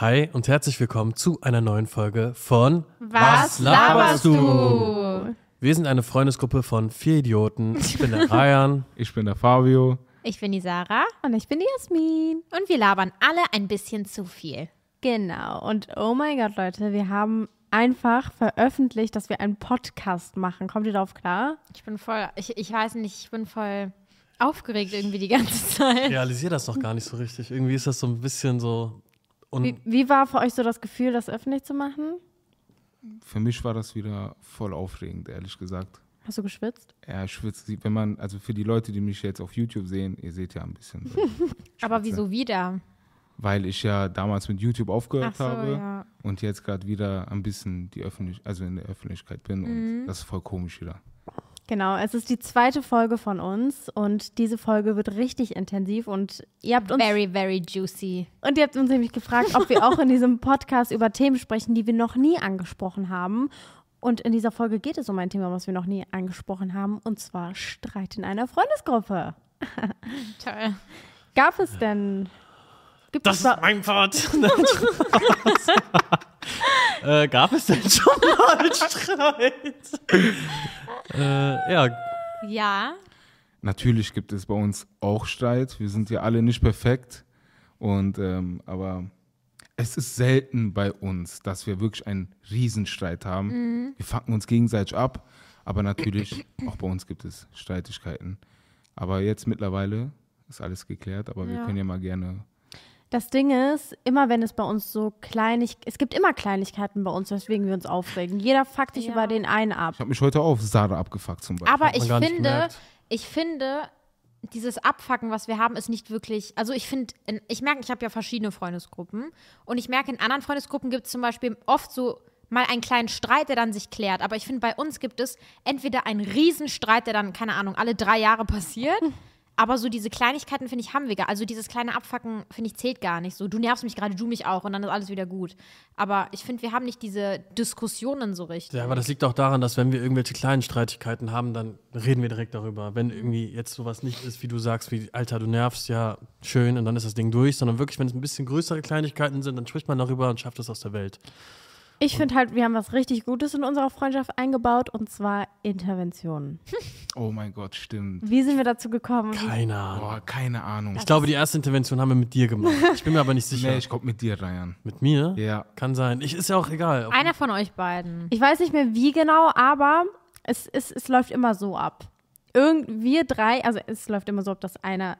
Hi und herzlich willkommen zu einer neuen Folge von Was laberst du? Wir sind eine Freundesgruppe von vier Idioten. Ich bin der Ryan. Ich bin der Fabio. Ich bin die Sarah Und ich bin die Jasmin. und wir labern alle ein bisschen zu viel. Genau. Und oh mein Gott, Leute, wir haben einfach veröffentlicht, dass wir einen Podcast machen. Kommt ihr darauf klar? Ich bin voll, ich, ich weiß nicht, ich bin voll aufgeregt irgendwie die ganze Zeit. Realisiere das noch gar nicht so richtig. Irgendwie ist das so ein bisschen so. Wie, Und wie war für euch so das Gefühl, das öffentlich zu machen? Für mich war das wieder voll aufregend, ehrlich gesagt. Hast du geschwitzt? Ja, ich schwitze, wenn man, also für die Leute, die mich jetzt auf YouTube sehen, ihr seht ja ein bisschen. so. Aber wieso wieder? Weil ich ja damals mit YouTube aufgehört Ach so, habe ja. und jetzt gerade wieder ein bisschen die Öffentlich also in der Öffentlichkeit bin Mhm. und das ist voll komisch wieder. Genau, es ist die zweite Folge von uns und diese Folge wird richtig intensiv und ihr habt uns Very, very juicy. und ihr habt uns nämlich gefragt, ob wir auch in diesem Podcast über Themen sprechen, die wir noch nie angesprochen haben. Und in dieser Folge geht es um ein Thema, was wir noch nie angesprochen haben, und zwar Streit in einer Freundesgruppe. Toll. Gab es denn? Gibt das es ist da, mein Part. Nein, Spaß. äh, gab es denn schon mal einen Streit? äh, ja, Ja, Natürlich gibt es bei uns auch Streit. Wir sind ja alle nicht perfekt. Und ähm, aber es ist selten bei uns, dass wir wirklich einen Riesenstreit haben. Wir fangen uns gegenseitig ab, aber natürlich, auch bei uns gibt es Streitigkeiten. Aber jetzt mittlerweile ist alles geklärt, aber wir können ja mal gerne. das Ding ist, immer wenn es bei uns so kleinig, es gibt immer Kleinigkeiten bei uns, weswegen wir uns aufregen. Jeder fuckt sich Ja. über den einen ab. Ich habe mich heute auch auf Sarah abgefuckt zum Beispiel. aber man ich gar nicht finde, gemerkt. ich finde, dieses Abfacken, was wir haben, ist nicht wirklich. Also ich finde, in- ich merke, ich habe ja verschiedene Freundesgruppen und ich merke, in anderen Freundesgruppen gibt es zum Beispiel oft so mal einen kleinen Streit, der dann sich klärt. Aber ich finde, bei uns gibt es entweder einen Riesenstreit, der dann, keine Ahnung, alle drei Jahre passiert. Aber so diese Kleinigkeiten, finde ich, haben wir. gar- Also dieses kleine Abfacken, finde ich, zählt gar nicht so. Du nervst mich gerade, du mich auch und dann ist alles wieder gut. Aber ich finde, wir haben nicht diese Diskussionen so richtig. Ja, aber das liegt auch daran, dass wenn wir irgendwelche kleinen Streitigkeiten haben, dann reden wir direkt darüber. Wenn irgendwie jetzt sowas nicht ist, wie du sagst, wie Alter, du nervst, ja, schön, und dann ist das Ding durch, sondern wirklich, wenn es ein bisschen größere Kleinigkeiten sind, dann spricht man darüber und schafft es aus der Welt. Ich finde halt, wir haben was richtig Gutes in unserer Freundschaft eingebaut, und zwar Interventionen. oh mein Gott, stimmt. Wie sind wir dazu gekommen? Keine Ahnung. Boah, keine Ahnung. Ich glaube, die erste Intervention haben wir mit dir gemacht. Ich bin mir aber nicht sicher. nee, ich komm mit dir, Ryan. mit mir? Ja. Kann sein. Ich ist ja auch egal. Ob- Einer von euch beiden. Ich weiß nicht mehr wie genau, aber es, es, es läuft immer so ab. Irgend, wir drei, also es läuft immer so ab, dass einer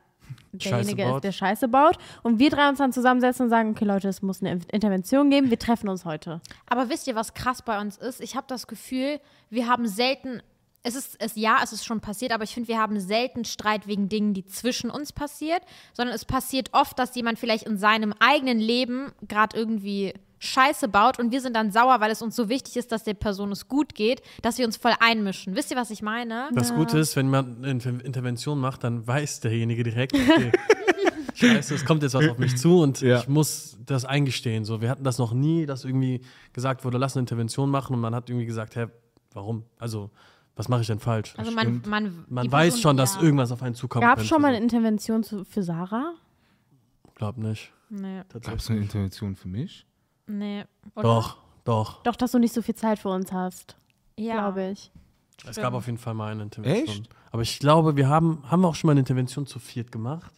Scheiße derjenige baut. ist, der Scheiße baut. Und wir drei uns dann zusammensetzen und sagen, okay Leute, es muss eine In- Intervention geben, wir treffen uns heute. Aber wisst ihr, was krass bei uns ist? Ich habe das Gefühl, wir haben selten. Es ist, es, ja, es ist schon passiert, aber ich finde, wir haben selten Streit wegen Dingen, die zwischen uns passiert, sondern es passiert oft, dass jemand vielleicht in seinem eigenen Leben gerade irgendwie Scheiße baut und wir sind dann sauer, weil es uns so wichtig ist, dass der Person es gut geht, dass wir uns voll einmischen. Wisst ihr, was ich meine? Das Gute ist, wenn man eine Inter- Intervention macht, dann weiß derjenige direkt, okay, scheiße, es kommt jetzt was auf mich zu und Ja. ich muss das eingestehen. So, wir hatten das noch nie, dass irgendwie gesagt wurde, lass eine Intervention machen und man hat irgendwie gesagt, hä, warum? Also, was mache ich denn falsch? Also man, man, man die weiß Person- schon, dass ja. irgendwas auf einen zukommt. Gab es schon mal eine Intervention zu, für Sarah? Ich glaub nicht. Nee, Gab es eine Tatsächlich. Intervention für mich? nee. Oder? Doch, doch. Doch, dass du nicht so viel Zeit für uns hast, ja. glaube ich. Es Ähm. gab auf jeden Fall mal eine Intervention. Echt? Aber ich glaube, wir haben, haben wir auch schon mal eine Intervention zu viert gemacht?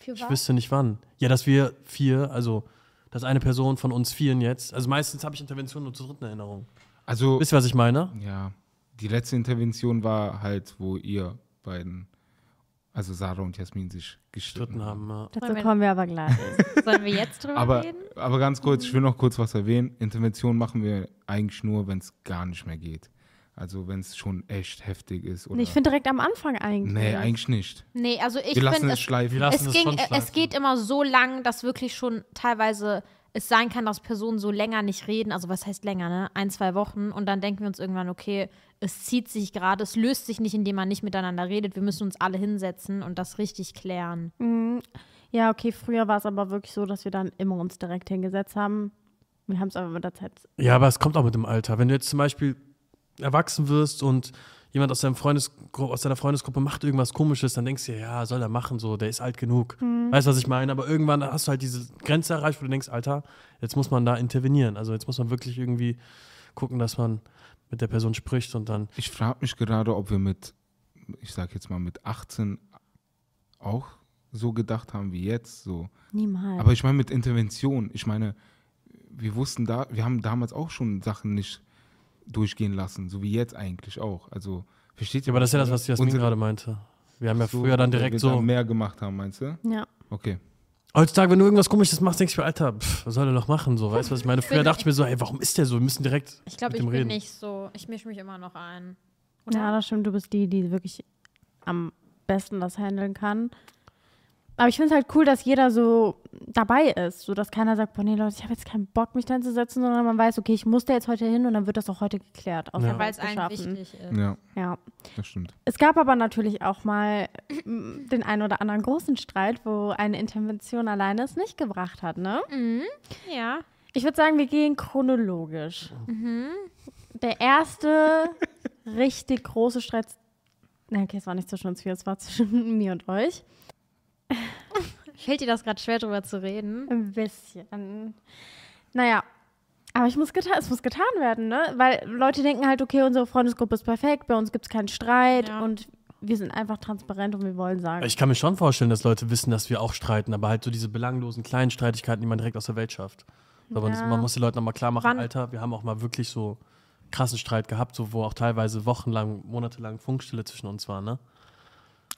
Für Ich was? wüsste nicht wann. Ja, dass wir vier, also dass eine Person von uns vieren jetzt, also meistens habe ich Interventionen nur zur dritten Erinnerung. Also Wisst ihr, was ich meine? Ja, die letzte Intervention war halt, wo ihr beiden, also Sarah und Jasmin, sich gestritten Dritten haben. haben wir. Dazu Moment. kommen wir aber gleich. Sollen wir jetzt drüber Aber, reden? aber ganz kurz, ich will noch kurz was erwähnen. Intervention machen wir eigentlich nur, wenn es gar nicht mehr geht. Also wenn es schon echt heftig ist. Oder ich finde direkt am Anfang eigentlich. nee, eigentlich nicht. Nee, also ich Wir lassen finde, es schleifen. Wir lassen es es, ging, äh, schon schleifen. es geht immer so lang, dass wirklich schon teilweise es sein kann, dass Personen so länger nicht reden. Also was heißt länger, ne? Ein, zwei Wochen. Und dann denken wir uns irgendwann, okay, es zieht sich gerade, es löst sich nicht, indem man nicht miteinander redet. Wir müssen uns alle hinsetzen und das richtig klären. Ja, okay, früher war es aber wirklich so, dass wir dann immer uns direkt hingesetzt haben. Wir haben es aber mit der Zeit Ja, aber es kommt auch mit dem Alter. Wenn du jetzt zum Beispiel erwachsen wirst und jemand aus, seinem Freundesgru aus seiner Freundesgruppe macht irgendwas Komisches, dann denkst du dir, ja, soll er machen, so, der ist alt genug. Mhm. Weißt du, was ich meine? Aber irgendwann hast du halt diese Grenze erreicht, wo du denkst, Alter, jetzt muss man da intervenieren. Also jetzt muss man wirklich irgendwie gucken, dass man mit der Person spricht und dann Ich frage mich gerade, ob wir mit, ich sag jetzt mal mit 18 auch so gedacht haben wie jetzt. So. Niemals. Aber ich meine mit Intervention. Ich meine, wir wussten da, wir haben damals auch schon Sachen nicht durchgehen lassen, so wie jetzt eigentlich auch. Also versteht ihr? Ja, aber das ist ja was das, ich was Jasmin meine? Unsere- gerade meinte. Wir haben ja so, früher dann weil direkt wir so. Da mehr gemacht haben, meinst du? ja. Okay. Heutzutage, wenn du irgendwas Komisches machst, denkst du mir, Alter, pff, was soll er doch machen? So, weißt du, was ich meine? Früher bin- dachte ich mir so, ey, warum ist der so? Wir müssen direkt Ich glaube, mit ich dem bin reden. nicht so. Ich mische mich immer noch ein. Oder? ja, das stimmt. Du bist die, die wirklich am besten das handeln kann. Aber ich finde es halt cool, dass jeder so dabei ist. So, dass keiner sagt, boah, nee, Leute, ich habe jetzt keinen Bock, mich da hinzusetzen, sondern man weiß, okay, ich muss da jetzt heute hin und dann wird das auch heute geklärt. Auch Ja. wenn wir Weil es es einem geschaffen. wichtig ist. Ja, Ja. das stimmt. Es gab aber natürlich auch mal mm, den einen oder anderen großen Streit, wo eine Intervention alleine es nicht gebracht hat, ne? Mhm. Ja. Ich würde sagen, wir gehen chronologisch. Mhm. Der erste richtig große Streit. Na, okay, es war nicht zwischen uns vier, es war zwischen mir und euch. Fällt dir das gerade schwer, drüber zu reden? Ein bisschen. Naja. Aber ich muss geta- es muss getan werden, ne? Weil Leute denken halt, okay, unsere Freundesgruppe ist perfekt, bei uns gibt es keinen Streit Ja. und wir sind einfach transparent und wir wollen sagen. Ich kann mir schon vorstellen, dass Leute wissen, dass wir auch streiten, aber halt so diese belanglosen kleinen Streitigkeiten, die man direkt aus der Welt schafft. Aber Ja. man muss den Leuten nochmal klar machen, Wann- Alter, wir haben auch mal wirklich so krassen Streit gehabt, so wo auch teilweise wochenlang, monatelang Funkstille zwischen uns war, ne?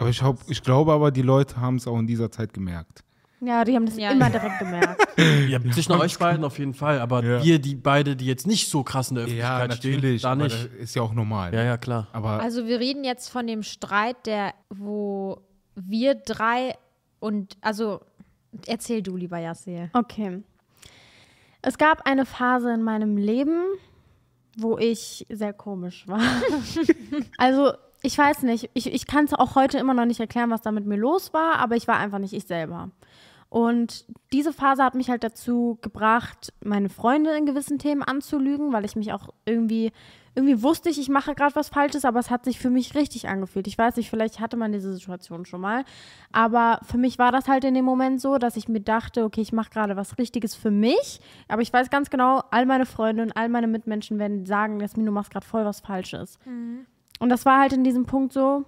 Aber ich, hab, ich glaube aber, die Leute haben es auch in dieser Zeit gemerkt. ja, die haben das Ja, immer ja. direkt gemerkt. Ja, zwischen euch beiden auf jeden Fall, aber Ja. ihr, die beide, die jetzt nicht so krass in der Öffentlichkeit stehen, da aber das nicht. ist ja auch normal. Ja, ja, klar. Aber Also wir reden jetzt von dem Streit, der, wo wir drei und also erzähl du lieber Yassir. Okay. Es gab eine Phase in meinem Leben, wo ich sehr komisch war. also, ich weiß nicht, ich, ich kann es auch heute immer noch nicht erklären, was da mit mir los war, aber ich war einfach nicht ich selber. Und diese Phase hat mich halt dazu gebracht, meine Freunde in gewissen Themen anzulügen, weil ich mich auch irgendwie, irgendwie wusste ich, ich mache gerade was Falsches, aber es hat sich für mich richtig angefühlt. Ich weiß nicht, vielleicht hatte man diese Situation schon mal, aber für mich war das halt in dem Moment so, dass ich mir dachte, okay, ich mache gerade was Richtiges für mich, aber ich weiß ganz genau, all meine Freunde und all meine Mitmenschen werden sagen, Jasmin, du machst gerade voll was Falsches. Und das war halt in diesem Punkt so,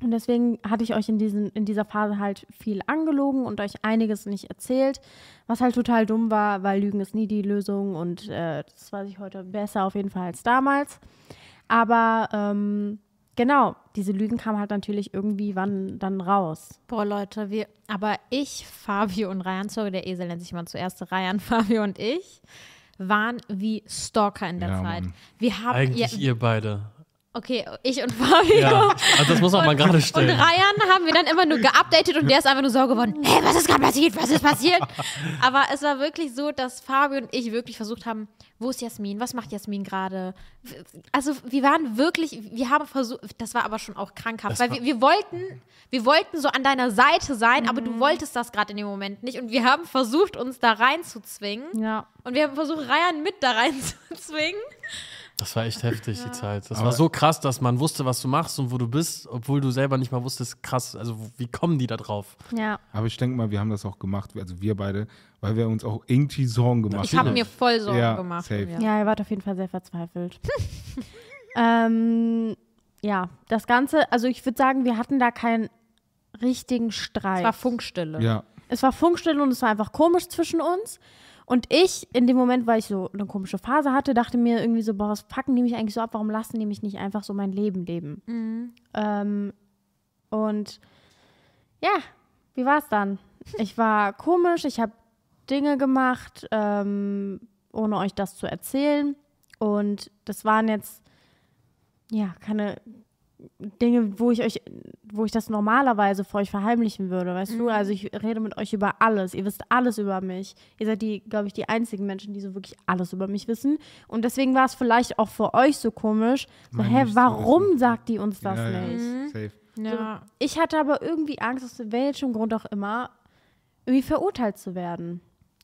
und deswegen hatte ich euch in, diesen, in dieser Phase halt viel angelogen und euch einiges nicht erzählt, was halt total dumm war, weil Lügen ist nie die Lösung und äh, das weiß ich heute besser auf jeden Fall als damals. Aber ähm, genau, diese Lügen kamen halt natürlich irgendwie wann dann raus. Boah Leute, wir, aber ich, Fabio und Ryan, sorry, der Esel nennt sich mal zuerst, Ryan, Fabio und ich waren wie Stalker in der Ja, Zeit. Mann. Wir haben Eigentlich ja, ihr beide. okay, ich und Fabio. Ja, also das muss man mal gerade Und stellen. Ryan haben wir dann immer nur geupdatet und der ist einfach nur sauer geworden. Hey, was ist gerade passiert? Was ist passiert? Aber es war wirklich so, dass Fabio und ich wirklich versucht haben, wo ist Jasmin? Was macht Jasmin gerade? Also wir waren wirklich, wir haben versucht, das war aber schon auch krankhaft, Das weil war- wir, wir wollten, wir wollten so an deiner Seite sein, aber Mhm. du wolltest das gerade in dem Moment nicht und wir haben versucht, uns da reinzuzwingen Ja. und wir haben versucht, Ryan mit da reinzuzwingen. Das war echt heftig, die Zeit. Das Aber- war so krass, dass man wusste, was du machst und wo du bist, obwohl du selber nicht mal wusstest, krass, also wo- wie kommen die da drauf? Ja. Aber ich denke mal, wir haben das auch gemacht, also wir beide, weil wir uns auch irgendwie Sorgen gemacht Ich habe haben. mir voll Sorgen Ja, gemacht. safe. Ja. Ja, ihr wart auf jeden Fall sehr verzweifelt. ähm, ja, das Ganze, also ich würde sagen, wir hatten da keinen richtigen Streit. Es war Funkstille. Ja, Es war Funkstille und es war einfach komisch zwischen uns. Und ich, in dem Moment, weil ich so eine komische Phase hatte, dachte mir irgendwie so, boah, was packen die mich eigentlich so ab? Warum lassen die mich nicht einfach so mein Leben leben? Ähm, und ja, wie war es dann? Ich war komisch, ich habe Dinge gemacht, ähm, ohne euch das zu erzählen. Und das waren jetzt, ja, keine Dinge, wo ich euch, wo ich das normalerweise vor euch verheimlichen würde, weißt du? Also ich rede mit euch über alles. Ihr wisst alles über mich. Ihr seid die, glaube ich, die einzigen Menschen, die so wirklich alles über mich wissen. Und deswegen war es vielleicht auch für euch so komisch. So, Mein hä, nicht zu warum wissen. sagt die uns das ja, ja, nicht? safe. Ja. Ich hatte aber irgendwie Angst, aus welchem Grund auch immer, irgendwie verurteilt zu werden.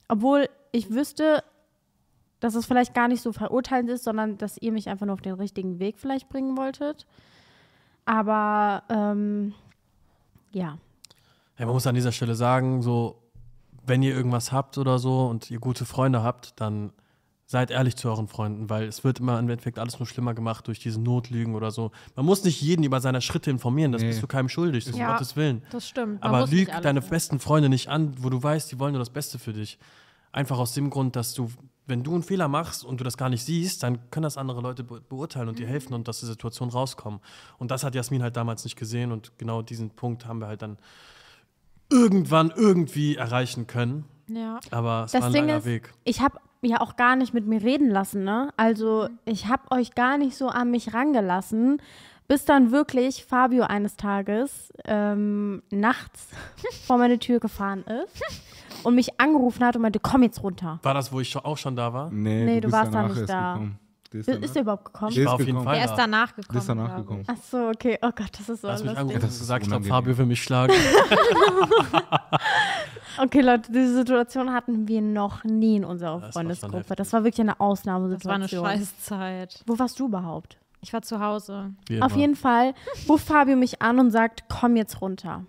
Obwohl ich wüsste, dass es vielleicht gar nicht so verurteilend ist, sondern dass ihr mich einfach nur auf den richtigen Weg vielleicht bringen wolltet. Aber ähm, ja. Ja, man muss an dieser Stelle sagen, so, wenn ihr irgendwas habt oder so und ihr gute Freunde habt, dann seid ehrlich zu euren Freunden, weil es wird immer im Endeffekt alles nur schlimmer gemacht durch diese Notlügen oder so. Man muss nicht jeden über seine Schritte informieren, das Nee. bist du keinem schuldig, so, um Ja. Gottes Willen. Das stimmt. Man Aber muss nicht lüg alles deine wissen. besten Freunde nicht an, wo du weißt, die wollen nur das Beste für dich. Einfach aus dem Grund, dass du, wenn du einen Fehler machst und du das gar nicht siehst, dann können das andere Leute be beurteilen und Mhm. dir helfen und aus der Situation rauskommen. Und das hat Jasmin halt damals nicht gesehen und genau diesen Punkt haben wir halt dann irgendwann irgendwie erreichen können. Ja. Aber es war Das ein Ding langer ist, Weg. ich habe ja auch gar nicht mit mir reden lassen, ne? Also ich habe euch gar nicht so an mich rangelassen, bis dann wirklich Fabio eines Tages ähm, nachts vor meine Tür gefahren ist und mich angerufen hat und meinte, komm jetzt runter. War das, wo ich scho- auch schon da war? Nee, Nee, du, du bist warst da danach nicht erst da. gekommen. Du bist Ist er überhaupt gekommen? Ich war auf jeden gekommen. Fall Er ist da. danach gekommen. Du bist danach glaub ich. gekommen. Ach so, okay. Oh Gott, das ist so Du hast mich lustig. angerufen Das und ist gesagt, ich glaube, unangenehm. Fabio will mich schlagen. Okay, Leute, diese Situation hatten wir noch nie in unserer war schon Freundesgruppe. heftig. Das war wirklich eine Das war Ausnahmesituation. eine Scheißzeit. Wo warst du überhaupt? Ich war zu Hause. Wie Auf immer. jeden Fall ruft Fabio mich an und sagt, komm jetzt runter.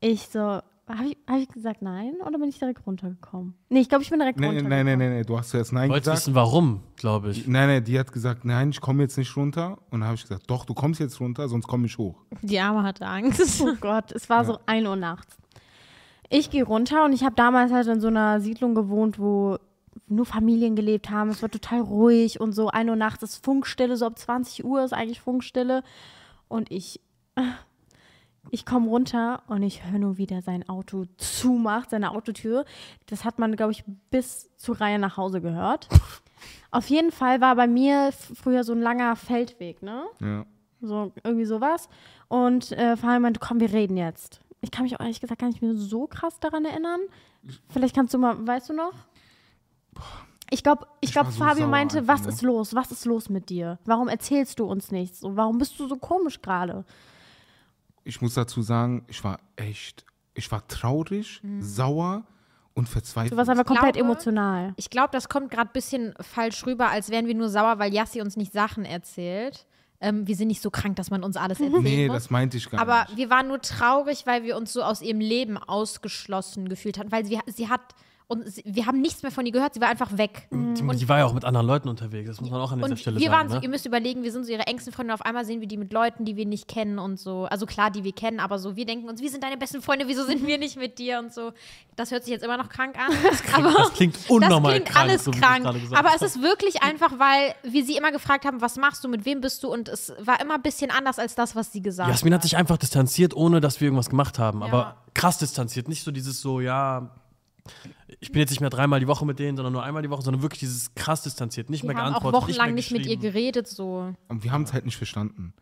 Ich so, habe ich, hab ich gesagt nein oder bin ich direkt runtergekommen? Nee, ich glaube, ich bin direkt Nee, runtergekommen. nein, nein, nein, nein, du hast zuerst Nein Wolltest gesagt. wissen, warum, glaube ich. Nein, nein, die hat gesagt, nein, ich komme jetzt nicht runter. Und dann habe ich gesagt, doch, du kommst jetzt runter, sonst komme ich hoch. Die Arme hatte Angst. Oh Gott, es war so 1 Uhr nachts. Ich gehe runter und ich habe damals halt in so einer Siedlung gewohnt, wo nur Familien gelebt haben. Es war total ruhig und so 1 Uhr nachts ist Funkstille, so ab 20 Uhr ist eigentlich Funkstille. Und ich, ich komme runter und ich höre nur, wie der sein Auto zumacht, seine Autotür. Das hat man, glaube ich, bis zur Reihe nach Hause gehört. Auf jeden Fall war bei mir f- früher so ein langer Feldweg, ne? Ja. So, irgendwie sowas. Und äh, vor allem meinte, komm, wir reden jetzt. Ich kann mich auch ehrlich gesagt gar nicht mehr so krass daran erinnern. Vielleicht kannst du mal, weißt du noch? Ich glaube, ich Ich glaub, war so Fabio sauer meinte, einfach ne? was nur. ist los? Was ist los mit dir? Warum erzählst du uns nichts? Und warum bist du so komisch gerade? Ich muss dazu sagen, ich war echt, ich war traurig, sauer und verzweifelt. Mhm. Du warst einfach komplett glaube- emotional. Ich glaube, das kommt gerade ein bisschen falsch rüber, als wären wir nur sauer, weil Yassi uns nicht Sachen erzählt. Ähm, wir sind nicht so krank, dass man uns alles erzählen nee, ne? muss. das meinte ich gar Aber nicht. wir waren nur traurig, weil wir uns so aus ihrem Leben ausgeschlossen gefühlt hatten, weil sie, sie hat und sie, wir haben nichts mehr von ihr gehört, sie war einfach weg. Die, die war ja auch mit anderen Leuten unterwegs, das muss man auch an dieser Mhm. Und Stelle wir sagen. waren so, ne? ihr müsst überlegen, wir sind so ihre engsten Freunde und auf einmal sehen wir die mit Leuten, die wir nicht kennen und so. Also klar, die wir kennen, aber so, wir denken uns, wir sind deine besten Freunde, wieso sind wir nicht mit dir und so. Das hört sich jetzt immer noch krank an. aber das klingt unnormal Das klingt krank, alles so wie du krank. gerade gesagt Aber es hast. ist wirklich einfach, weil wir sie immer gefragt haben, was machst du, mit wem bist du und es war immer ein bisschen anders als das, was sie gesagt Jasmin hat. hat sich einfach distanziert, ohne dass wir irgendwas gemacht haben. Ja. Aber krass distanziert. Nicht so dieses so, ja, ich bin jetzt nicht mehr dreimal die Woche mit denen, sondern nur einmal die Woche, sondern wirklich dieses krass distanziert. Nicht Die mehr haben auch geantwortet. wochenlang nicht, mehr mit ihr geschrieben. geredet, so. Und wir haben es halt nicht verstanden.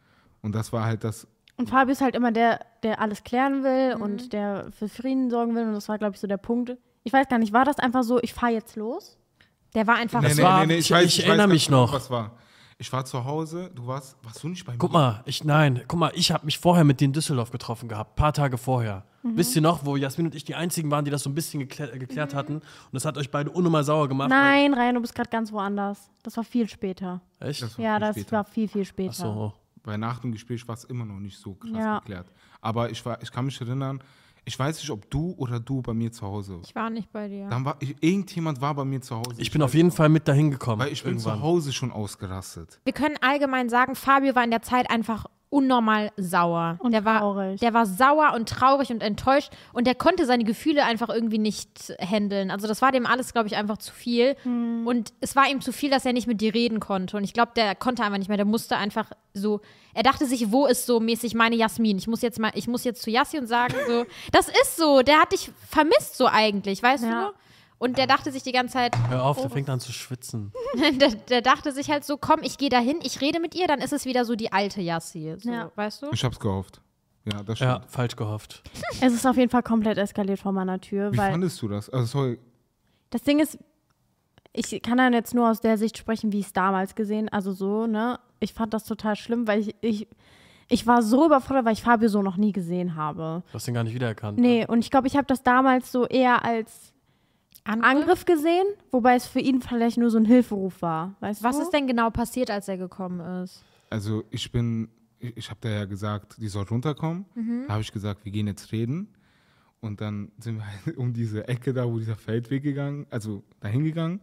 Und das war halt das, Und Fabio ist halt immer der, der alles klären will Mhm. und der für Frieden sorgen will. Und das war, glaube ich, so der Punkt. Ich weiß gar nicht, war das einfach so, ich fahre jetzt los? Der war einfach. Das war- ich- ich erinnere ganz mich genau, noch. Was war. Ich war zu Hause, du warst, warst du nicht bei mir? Guck mal, ich, nein, guck mal, ich habe mich vorher mit denen in Düsseldorf getroffen gehabt, paar Tage vorher. Mhm. Wisst ihr noch, wo Jasmin und ich die einzigen waren, die das so ein bisschen geklärt, geklärt hatten? Und das hat euch beide unnormal sauer gemacht. Nein, Ryan, du bist gerade ganz woanders. Das war viel später. Weil, echt? Das war Ja, viel das später. war viel, viel später. Ach so. Weil nach dem Gespräch war es immer noch nicht so krass Ja. geklärt. Aber ich, war, ich kann mich erinnern, ich weiß nicht, ob du oder du bei mir zu Hause warst. Ich war nicht bei dir. Dann war ich, irgendjemand war bei mir zu Hause. Ich bin auf weiß- jeden Fall mit dahin gekommen. Weil ich bin irgendwann. zu Hause schon ausgerastet. Wir können allgemein sagen, Fabio war in der Zeit einfach unnormal sauer. Und der war, traurig. Der war sauer und traurig und enttäuscht und der konnte seine Gefühle einfach irgendwie nicht handeln. Also das war dem alles, glaube ich, einfach zu viel. Hm. Und es war ihm zu viel, dass er nicht mit dir reden konnte. Und ich glaube, der konnte einfach nicht mehr. Der musste einfach so. Er dachte sich, wo ist so mäßig meine Jasmin? Ich muss jetzt mal, ich muss jetzt zu Jassi und sagen so, das ist so. Der hat dich vermisst so eigentlich, weißt Ja. du? Und der dachte sich die ganze Zeit, Hör auf, der fängt an zu schwitzen. der, der dachte sich halt so, komm, ich gehe dahin, ich rede mit ihr, dann ist es wieder so die alte Yassi. So, Ja. Weißt du? Ich hab's gehofft. Ja, das Ja, stimmt. falsch gehofft. Es ist auf jeden Fall komplett eskaliert vor meiner Tür, Wie weil fandest du das? Also, sorry, das Ding ist, ich kann dann jetzt nur aus der Sicht sprechen, wie ich es damals gesehen, also so, ne? Ich fand das total schlimm, weil ich, ich, ich war so überfordert, weil ich Fabio so noch nie gesehen habe. Du hast ihn gar nicht wiedererkannt. Nee, und ich glaube, ich habe das damals so eher als Angriff gesehen, wobei es für ihn vielleicht nur so ein Hilferuf war, weißt Was du? ist denn genau passiert, als er gekommen ist? also ich bin, ich, ich habe da ja gesagt, die soll runterkommen. Mhm. Da habe ich gesagt, wir gehen jetzt reden. Und dann sind wir halt um diese Ecke da, wo dieser Feldweg gegangen, also dahin gegangen.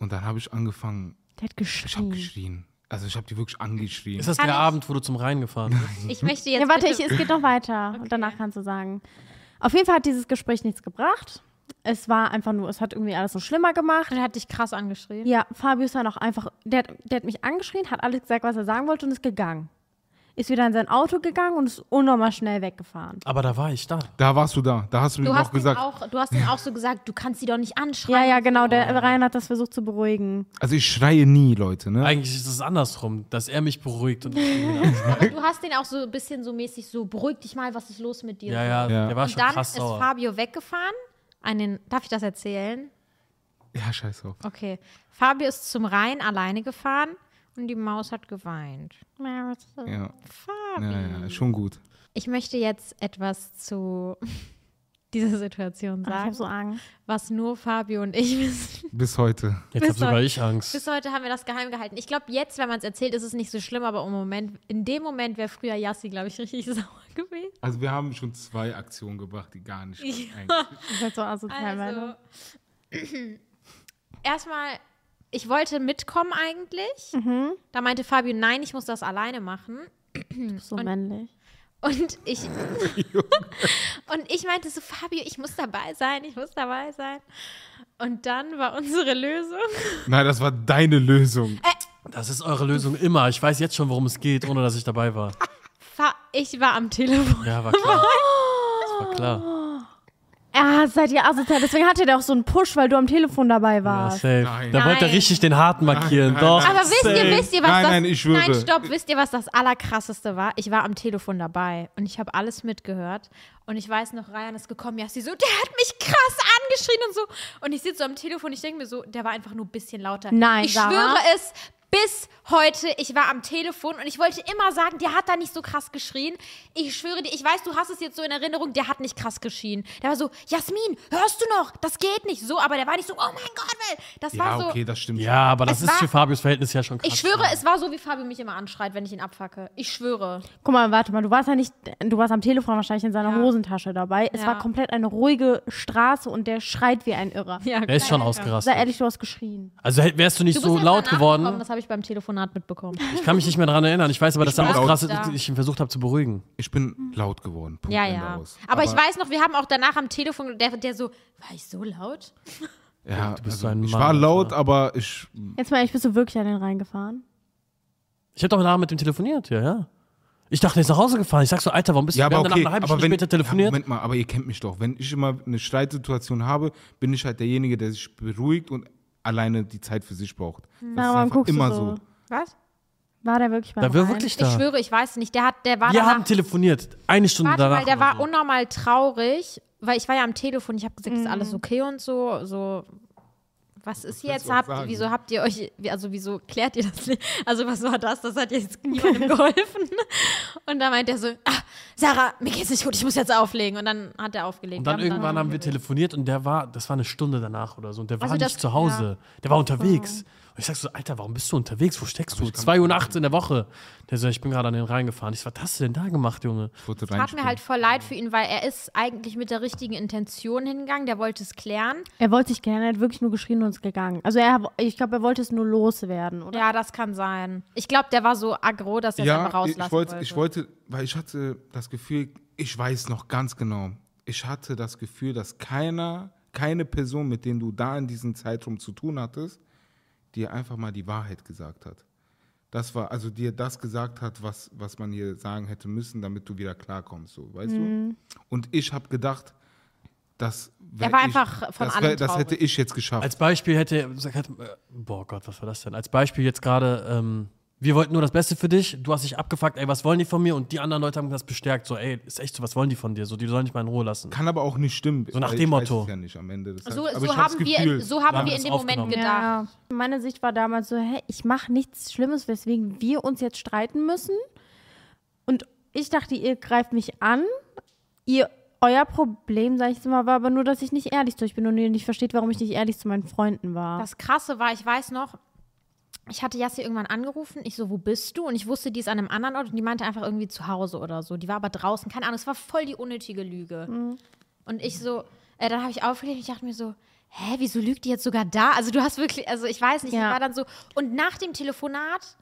Und dann habe ich angefangen, Der hat ich habe geschrien. geschrien. Also ich habe die wirklich angeschrien. Ist das Kann der ich- Abend, wo du zum Rhein gefahren bist? Ich möchte jetzt. Ja, warte, ich, bitte, es geht noch weiter. Und danach kannst du sagen. Auf jeden Fall hat dieses Gespräch nichts gebracht. Es war einfach nur, es hat irgendwie alles so schlimmer gemacht. Und er hat dich krass angeschrien. Ja, Fabio ist dann auch einfach, der, hat- der hat mich angeschrien, hat alles gesagt, was er sagen wollte und ist gegangen. Ist wieder in sein Auto gegangen und ist unnormal schnell weggefahren. Aber da war ich da. Da warst du da. Da hast du, Du mir hast, noch ihm gesagt. auch, du hast ihm auch so gesagt, du kannst sie doch nicht Ja, anschreien. ja, genau, der Ryan hat das versucht zu beruhigen. Also ich schreie nie, Leute. Ne? Eigentlich ist es andersrum, dass er mich beruhigt. Und Aber du hast den auch so ein bisschen so mäßig so, beruhig dich mal, was ist los mit dir? ja, ja, Ja. der war Und schon dann krass ist sauer. Fabio weggefahren. An den, darf ich das erzählen? Ja, scheiß auf. Okay. Fabio ist zum Rhein alleine gefahren und die Maus hat geweint. Oh. Ja. Fabio. Ja, ja, ja, schon gut. Ich möchte jetzt etwas zu dieser Situation Ich sagen, habe so Angst. was nur Fabio und ich wissen. Bis heute. Jetzt habe Bis sogar heute- ich Angst. Bis heute haben wir das geheim gehalten. Ich glaube, jetzt, wenn man es erzählt, ist es nicht so schlimm, aber im Moment, in dem Moment wäre früher Yassi, glaube ich, richtig sauer gewesen. Also wir haben schon zwei Aktionen gebracht, die gar nicht. eigentlich- Ich werd so asozial Also, werden. erstmal, ich wollte mitkommen eigentlich. Da meinte Fabio, nein, ich muss das alleine machen. Du bist so männlich. Und ich, und ich meinte so, Fabio, ich muss dabei sein, ich muss dabei sein. Und dann war unsere Lösung. Nein, das war deine Lösung. Das ist eure Lösung immer. Ich weiß jetzt schon, worum es geht, ohne dass ich dabei war. Fa ich war am Telefon. Ja, war klar. Das war klar. Ah, seid ihr asozial. Deswegen hatte der auch so einen Push, weil du am Telefon dabei Ja, warst. safe. Nein. Da wollte Nein. er richtig den Harten markieren. nein, Doch. Aber wisst ihr, safe. wisst ihr, was Nein, das. nein, ich schwöre. nein, stopp, wisst ihr, was das Allerkrasseste war? Ich war am Telefon dabei und ich habe alles mitgehört. Und ich weiß noch, Ryan ist gekommen, ja, sie so, der hat mich krass angeschrien und so. Und ich sitze so am Telefon, ich denke mir so, der war einfach nur ein bisschen lauter. Nein, Ich Sarah. schwöre es. Bis heute, ich war am Telefon und ich wollte immer sagen, der hat da nicht so krass geschrien. Ich schwöre dir, ich weiß, du hast es jetzt so in Erinnerung, der hat nicht krass geschrien. Der war so, Jasmin, hörst du noch? Das geht nicht so, aber der war nicht so, oh mein Gott, Will. Das war so. Ja, okay, das stimmt. Ja, aber das Es ist war- für Fabius Verhältnis ja schon krass. ne? Ich schwöre, es war so, wie Fabio mich immer anschreit, wenn ich ihn abfacke. Ich schwöre. Guck mal, warte mal, du warst ja nicht, du warst am Telefon wahrscheinlich in seiner Ja. Hosentasche dabei. Es Ja. war komplett eine ruhige Straße und der schreit wie ein Irrer. Ja, Er ist schon ausgerastet. Sei ehrlich, du hast geschrien. Also hätt- wärst du nicht so laut geworden. Das habe ich beim Telefonat mitbekommen. Ich kann mich nicht mehr daran erinnern. Ich weiß aber, dass er war laut. ausgerastet ist Da. und ich ihn versucht habe zu beruhigen. Ich bin laut geworden. Punkt, ja, Ende ja. Aber, aus. ich weiß noch, wir haben auch danach am Telefon, der, der so, war ich so laut? Ja, Du bist so also, ein ich Mann, war laut, Alter. aber ich. Jetzt mal ehrlich, bist du wirklich an den Rhein gefahren? Ich habe doch nachher mit ihm telefoniert, ja, ja. Ich dachte, er ist nach Hause gefahren. Ich sag so, Alter, warum bist du Ja, wir haben aber danach okay. eine halbe Aber Stunde wenn, später telefoniert? Ja, Moment mal, aber ihr kennt mich doch. Wenn ich immer eine Streitsituation habe, bin ich halt derjenige, der sich beruhigt und alleine die Zeit für sich braucht. Das Na, warum einfach guckst immer du so. so? Was? War der wirklich beim da war Rhein? wirklich Ich da. schwöre, ich weiß nicht. Der hat, der war Wir danach, haben telefoniert. Eine Stunde warte danach. mal, der oder war so. unnormal traurig, weil ich war ja am Telefon. Ich habe gesagt, ist alles okay und so. So, was ist willst jetzt? du auch Habt, sagen? wieso habt ihr euch, wie- also wieso klärt ihr das nicht? Also was war das? Das hat jetzt niemandem geholfen. Und dann meint er so, ah, Sarah, mir geht's nicht gut, ich muss jetzt auflegen. Und dann hat er aufgelegt. Und dann Wir irgendwann haben wir telefoniert und der war, das war eine Stunde danach oder so. Und der war Also nicht das- zu Hause. Der war unterwegs. Und ich sag so, Alter, warum bist du unterwegs? Wo steckst du? 2 Uhr nachts in der Woche. Der so, ich bin gerade an den Rhein gefahren. Ich so, was hast du denn da gemacht, Junge? Ich wollte Tat mir reinspringen. halt voll leid für ihn, weil er ist eigentlich mit der richtigen Intention hingegangen. Der wollte es klären. Er wollte sich gerne, er hat wirklich nur geschrien und ist gegangen. Also er, ich glaube, er wollte es nur loswerden, oder? Ja, das kann sein. Ich glaube, der war so aggro, dass er es einfach ja, rauslassen ich wollte, wollte. ich wollte, weil ich hatte das Gefühl, ich weiß noch ganz genau, ich hatte das Gefühl, dass keiner, keine Person, mit denen du da in diesem Zeitraum zu tun hattest, dir einfach mal die Wahrheit gesagt hat. Das war, also dir das gesagt hat, was, was man hier sagen hätte müssen, damit du wieder klarkommst, so, weißt du? Und ich habe gedacht, das wär Mhm. Er war ich, einfach von das, allem das traurig. hätte ich jetzt geschafft. Als Beispiel hätte, sag halt, äh, boah Gott, was war das denn? Als Beispiel jetzt gerade, ähm, wir wollten nur das Beste für dich. Du hast dich abgefuckt, ey, was wollen die von mir? Und die anderen Leute haben das bestärkt. So, ey, ist echt so, was wollen die von dir? So, die sollen dich mal in Ruhe lassen. Kann aber auch nicht stimmen. So nach weil dem ich weiß Motto. es Ja nicht am Ende des so, Tages. Aber so, ich hab's haben wir, gefühlt. so haben Ja, wir das in dem aufgenommen. Moment gedacht. Ja. Meine Sicht war damals so, hä, ich mache nichts Schlimmes, weswegen wir uns jetzt streiten müssen. Und ich dachte, ihr greift mich an. Ihr, euer Problem, sag ich jetzt mal, war aber nur, dass ich nicht ehrlich zu euch bin und ihr nicht versteht, warum ich nicht ehrlich zu meinen Freunden war. Das Krasse war, ich weiß noch, ich hatte Jassi irgendwann angerufen. Ich so, wo bist du? Und ich wusste, die ist an einem anderen Ort und die meinte einfach irgendwie zu Hause oder so. Die war aber draußen, keine Ahnung. Es war voll die unnötige Lüge. Und ich so, äh, dann habe ich aufgelegt und ich dachte mir so, hä, wieso lügt die jetzt sogar da? Also du hast wirklich, also ich weiß nicht, ich Ja. war dann so. Und nach dem Telefonat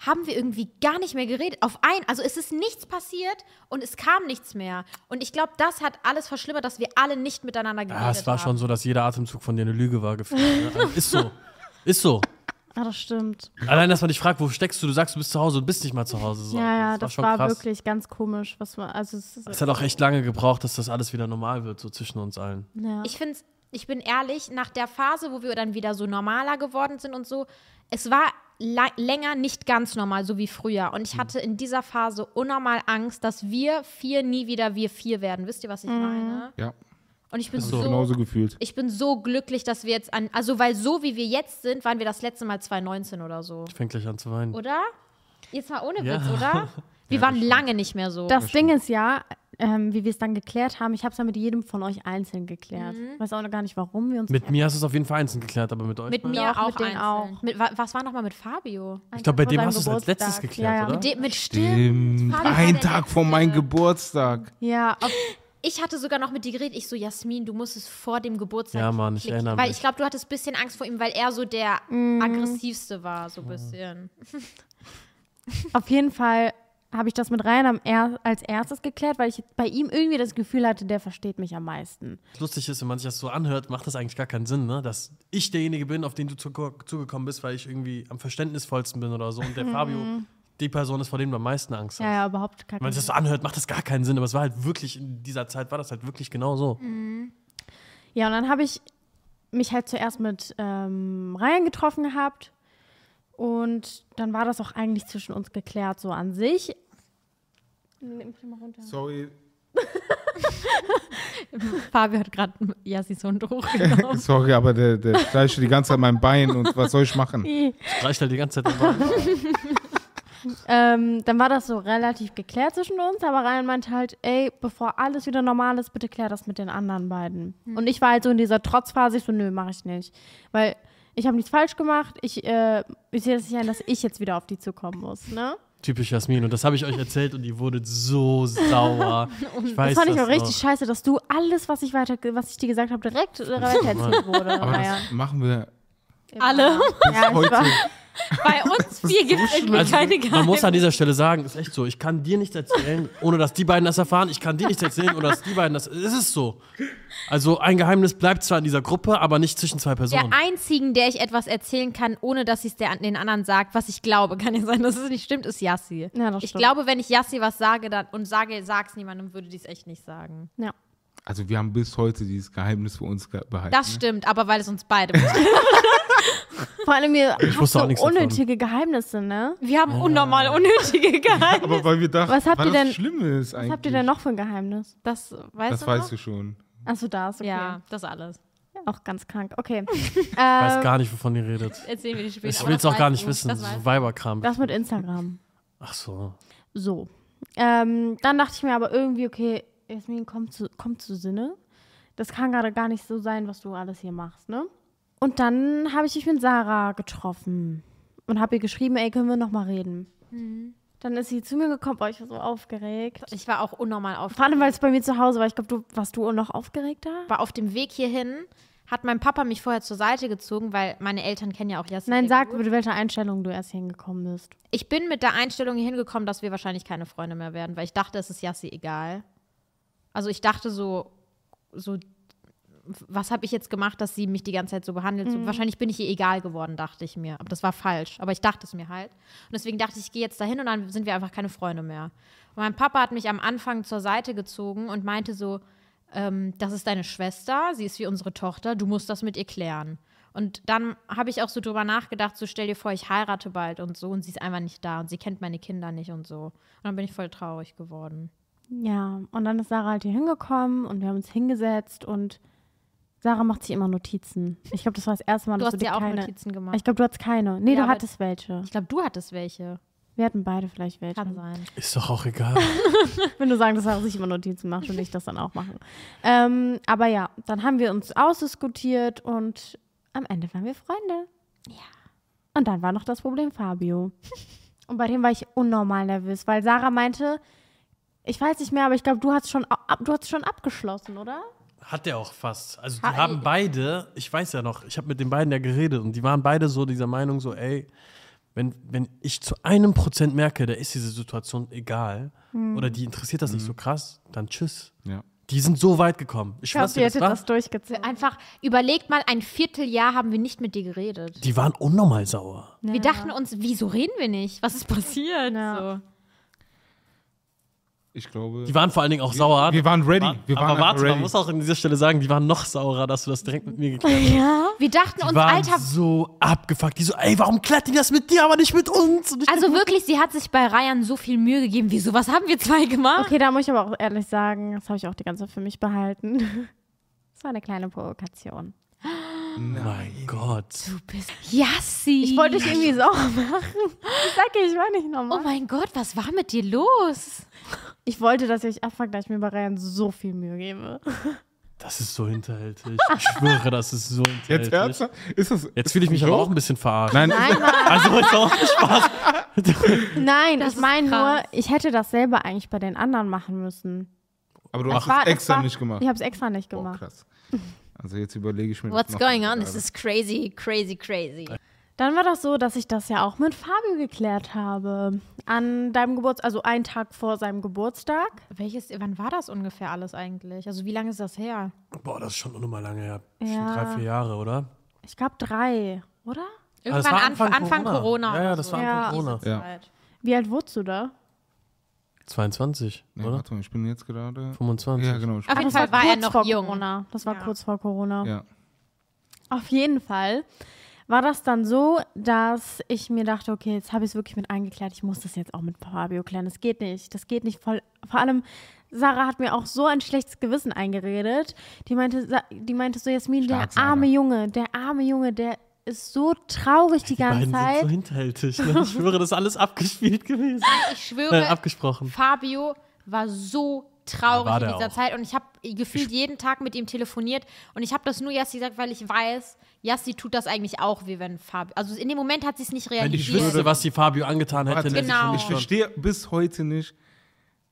haben wir irgendwie gar nicht mehr geredet. Auf ein, also es ist nichts passiert und es kam nichts mehr. Und ich glaube, das hat alles verschlimmert, dass wir alle nicht miteinander geredet Ja, haben. Ah, es war schon so, dass jeder Atemzug von dir eine Lüge war. Gefühlt, ne? Also, ist so. Ist so. Ah, das stimmt. Allein, dass man dich fragt, wo steckst du? Du sagst, du bist zu Hause und bist nicht mal zu Hause. So. ja, ja, das, schon war, krass. wirklich ganz komisch. Was man, also, es ist, Es hat auch echt lange gebraucht, dass das alles wieder normal wird, so zwischen uns allen. ja. Ich finde ich bin ehrlich, nach der Phase, wo wir dann wieder so normaler geworden sind und so, es war la- länger nicht ganz normal, so wie früher. Und ich hatte in dieser Phase unnormal Angst, dass wir vier nie wieder wir vier werden. Wisst ihr, was ich meine? Ja, Und ich bin so. so, genauso gefühlt. ich bin so glücklich, dass wir jetzt an, also weil so wie wir jetzt sind, waren wir das letzte Mal 2019 oder so. Ich fäng gleich an zu weinen. Oder? Jetzt mal ohne Ja. Witz, oder? Wir Ja, das waren stimmt. lange nicht mehr so. Das Ding ist ja, ähm, wie wir es dann geklärt haben, ich habe es ja mit jedem von euch einzeln geklärt. Weiß auch noch gar nicht, warum wir uns Mit mir hast du es auf jeden Fall einzeln geklärt, aber mit euch. mit beiden? mir Doch, auch. mit denen einzeln. auch. Mit, wa- was war nochmal mit Fabio? Ich glaube, bei Vor dem seinem hast du es als Geburtstag. letztes geklärt, ja, ja. oder? Mit, dem- mit stimmt. Stimmt. Fabio war Ein der Tag vor meinem Letzte. Geburtstag. Ja, auf, Ich hatte sogar noch mit dir geredet. Ich so, Jasmin, du musst es vor dem Geburtstag. Ja, Mann, ich klicken. erinnere Weil mich. ich glaube, du hattest ein bisschen Angst vor ihm, weil er so der aggressivste war, so ein Mhm. bisschen. auf jeden Fall habe ich das mit Ryan am er als erstes geklärt, weil ich bei ihm irgendwie das Gefühl hatte, der versteht mich am meisten. Was Lustig ist, wenn man sich das so anhört, macht das eigentlich gar keinen Sinn, ne? Dass ich derjenige bin, auf den du zuge- zugekommen bist, weil ich irgendwie am verständnisvollsten bin oder so. Und der Fabio die Person ist, vor dem du am meisten Angst hast. Mhm. Ja, ja, überhaupt kein Wenn man sich das so anhört, macht das gar keinen Sinn. Aber es war halt wirklich, in dieser Zeit war das halt wirklich genau so. Mhm. Ja, und dann habe ich mich halt zuerst mit ähm, Ryan getroffen gehabt. Und dann war das auch eigentlich zwischen uns geklärt, so an sich. Sorry, Fabio hat gerade Jassis Hund hochgenommen. sorry, aber der, der streicht die ganze Zeit mein Bein und was soll ich machen? I. Ich reicht halt die ganze Zeit. immer. Ähm, dann war das so relativ geklärt zwischen uns, aber Ryan meinte halt, ey, bevor alles wieder normal ist, bitte klär das mit den anderen beiden. Hm. Und ich war halt so in dieser Trotzphase, ich so, nö, mache ich nicht. Weil ich habe nichts falsch gemacht, ich, äh, ich sehe das nicht ein, dass ich jetzt wieder auf die zukommen muss, ne? Typisch Jasmin. Und das habe ich euch erzählt und die wurde so sauer. Ich weiß Das fand ich auch das richtig noch. scheiße, dass du alles, was ich weiter, was ich dir gesagt habe, direkt äh, weitererzählt wurde. Aber Naja, das machen wir Alle. ja, ich war, heute. Bei uns vier gibt es irgendwie Also, keine man muss an Geheimnisse. dieser Stelle sagen, ist echt so. Ich kann dir nichts erzählen, ohne dass die beiden das erfahren. Ich kann dir nichts erzählen, ohne dass die beiden das. Es ist so. Also ein Geheimnis bleibt zwar in dieser Gruppe, aber nicht zwischen zwei Der Personen. einzigen, der ich etwas erzählen kann, ohne dass sie es der, den anderen sagt, was ich glaube, kann ja sein, dass es nicht stimmt, ist Yassi. Ja, das ich stimmt. glaube, wenn ich Yassi was sage dann, und sage, sag's niemandem, würde die es echt nicht sagen. ja. Also wir haben bis heute dieses Geheimnis für uns ge- behalten. Mhm. ne? Das stimmt, aber weil es uns beide betrifft. Vor allem, wir haben wusste auch so nichts davon. unnötige Geheimnisse, ne? Wir haben unnormal unnötige Geheimnisse. aber weil wir dachten, Was habt weil ihr das denn- schlimm ist eigentlich. Was habt ihr denn noch für ein Geheimnis? Das weißt Das weißt du schon. Achso, das, okay. Ja, das alles. Auch ganz krank. Okay. Ich äh, weiß gar nicht, wovon ihr redet. Erzählen wir die später. Ich aber will es das auch gar weißt nicht du. wissen. Das so weißt Weiberkram. das mit Instagram. Ach so. So. Ähm, dann dachte ich mir aber irgendwie, okay, Jasmin, komm zu, komm zu Sinne. Das kann gerade gar nicht so sein, was du alles hier machst, ne? Und dann habe ich mich mit Sarah getroffen und habe ihr geschrieben, ey, können wir nochmal reden? Mhm. Dann ist sie zu mir gekommen, boah, ich war so aufgeregt. du. ich war auch unnormal auf. Vor allem, weil es bei mir zu Hause war. Ich glaube, du warst du auch noch aufgeregter? War auf dem Weg hierhin hat mein Papa mich vorher zur Seite gezogen, weil meine Eltern kennen ja auch Jasmin. Nein, sag, mit welcher Einstellung du erst hingekommen bist. Ich bin mit der Einstellung hier hingekommen, dass wir wahrscheinlich keine Freunde mehr werden, weil ich dachte, es ist Yassi egal. Also ich dachte so, so, was habe ich jetzt gemacht, dass sie mich die ganze Zeit so behandelt? Mhm. So, wahrscheinlich bin ich ihr egal geworden, dachte ich mir. Aber das war falsch. Aber ich dachte es mir halt. Und deswegen dachte ich, ich gehe jetzt dahin und dann sind wir einfach keine Freunde mehr. Und mein Papa hat mich am Anfang zur Seite gezogen und meinte so, ähm, das ist deine Schwester, sie ist wie unsere Tochter, du musst das mit ihr klären. Und dann habe ich auch so drüber nachgedacht, so stell dir vor, ich heirate bald und so und sie ist einfach nicht da und sie kennt meine Kinder nicht und so. Und dann bin ich voll traurig geworden. Oh, Ja, und dann ist Sarah halt hier hingekommen und wir haben uns hingesetzt und Sarah macht sich immer Notizen. Ich glaube, das war das erste Mal, Du dass du hast dir dir auch keine... Notizen gemacht. Ich glaube, du hattest keine. Nee, Ja, du aber- hattest welche. Ich glaube, du hattest welche. Wir hatten beide vielleicht welche. Kann sein. Ist doch auch egal. Wenn du sagen, dass er sich immer Notizen macht und ich das dann auch machen. Ähm, aber ja, dann haben wir uns ausdiskutiert und am Ende waren wir Freunde. Und dann war noch das Problem Fabio. Und bei dem war ich unnormal nervös, weil Sarah meinte, ich weiß nicht mehr, aber ich glaube, du hast schon ab, du hast schon abgeschlossen, oder? Hat der auch fast. Also die Ha- haben beide, ich weiß ja noch, ich habe mit den beiden ja geredet und die waren beide so dieser Meinung, so, ey, wenn, wenn ich zu einem Prozent merke, da ist diese Situation egal oder die interessiert das nicht so krass, dann tschüss. Ja. Die sind so weit gekommen. Ich Ich glaube, schwör's sie dir, das hätte war, das durchgezogen. Einfach überlegt mal, ein Vierteljahr haben wir nicht mit dir geredet. die waren unnormal sauer. Wir dachten uns, wieso reden wir nicht? Was ist passiert? Ja. So. Ich glaube. Die waren vor allen Dingen auch sauer. wir waren ready. Wir waren aber warte, ready. man muss auch an dieser Stelle sagen, die waren noch saurer, dass du das direkt mit mir geklärt hast. Wir dachten uns, Die waren Alter, so abgefuckt. Die so, ey, warum klärt die das mit dir, aber nicht mit uns? Und ich also wirklich, sie hat sich bei Ryan so viel Mühe gegeben. Wieso, was haben wir Oh, zwei gemacht? Okay, da muss ich aber auch ehrlich sagen, das habe ich auch die ganze Zeit für mich behalten. Das war eine kleine Provokation. oh mein Gott. Du bist Yassi. Ich wollte dich irgendwie sauer machen. Ich sag dir, ich war nicht normal. Oh mein Gott, was war mit dir los? Ich wollte, dass ihr euch abfangt, da ich mir bei Ryan so viel Mühe gebe. Das ist so hinterhältig. Ich schwöre, das ist so hinterhältig. Jetzt ernsthaft? Ist das. Jetzt fühle ich mich aber auch ein bisschen verarscht. Nein, Also ist auch nicht Spaß. Nein, Das ich meine ist krass. nur, ich hätte dasselbe eigentlich bei den anderen machen müssen. aber du hast War- es das extra war- nicht gemacht. Ich habe es extra nicht Boah, gemacht. krass. Also jetzt überlege ich mir. What's noch going mal on? gerade. This is crazy, crazy, crazy. Dann war das so, dass ich das ja auch mit Fabio geklärt habe. An deinem Geburtstag, also einen Tag vor seinem Geburtstag. Welches, wann war das ungefähr alles eigentlich? Also wie lange ist das her? Boah, das ist schon unnormal lange her. Ja. Schon drei, vier Jahre, oder? Ich glaube drei, oder? Ah, Irgendwann das war Anfang, Anfang Corona. Ja, ja, oder das so. war Ja. Anfang Corona. Ja. Wie alt wurdest du da? 22, Nee, oder? warte mal, ich bin jetzt gerade. 25. Ja, genau. Ich Auf Ah, jeden das Fall war er kurz noch vor jung. Corona. Das war Ja. kurz vor Corona. ja. Auf jeden Fall war das dann so, dass ich mir dachte, okay, jetzt habe ich es wirklich mit eingeklärt. Ich muss das jetzt auch mit Fabio klären. Das geht nicht. Das geht nicht. Voll, vor allem, Sarah hat mir auch so ein schlechtes Gewissen eingeredet. Die meinte, Sa- die meinte so, Jasmin, Stark, der Sarah. arme Junge, der arme Junge, der ist so traurig die, Die beiden ganze sind so Zeit. hinterhältig. Ne? Ich schwöre, das ist alles abgespielt gewesen. Ich schwöre, Äh, abgesprochen. Fabio war so Ja, traurig war in der dieser auch. Zeit und ich habe gefühlt jeden Tag mit ihm telefoniert und ich habe das nur Jassi gesagt, weil ich weiß, Jassi tut das eigentlich auch, wie wenn Fabio. Also in dem Moment hat sie es nicht Wenn realisiert. ich wüsste, was die Fabio angetan hätte, Warte, hätte ich Genau. schon- ich verstehe bis heute nicht,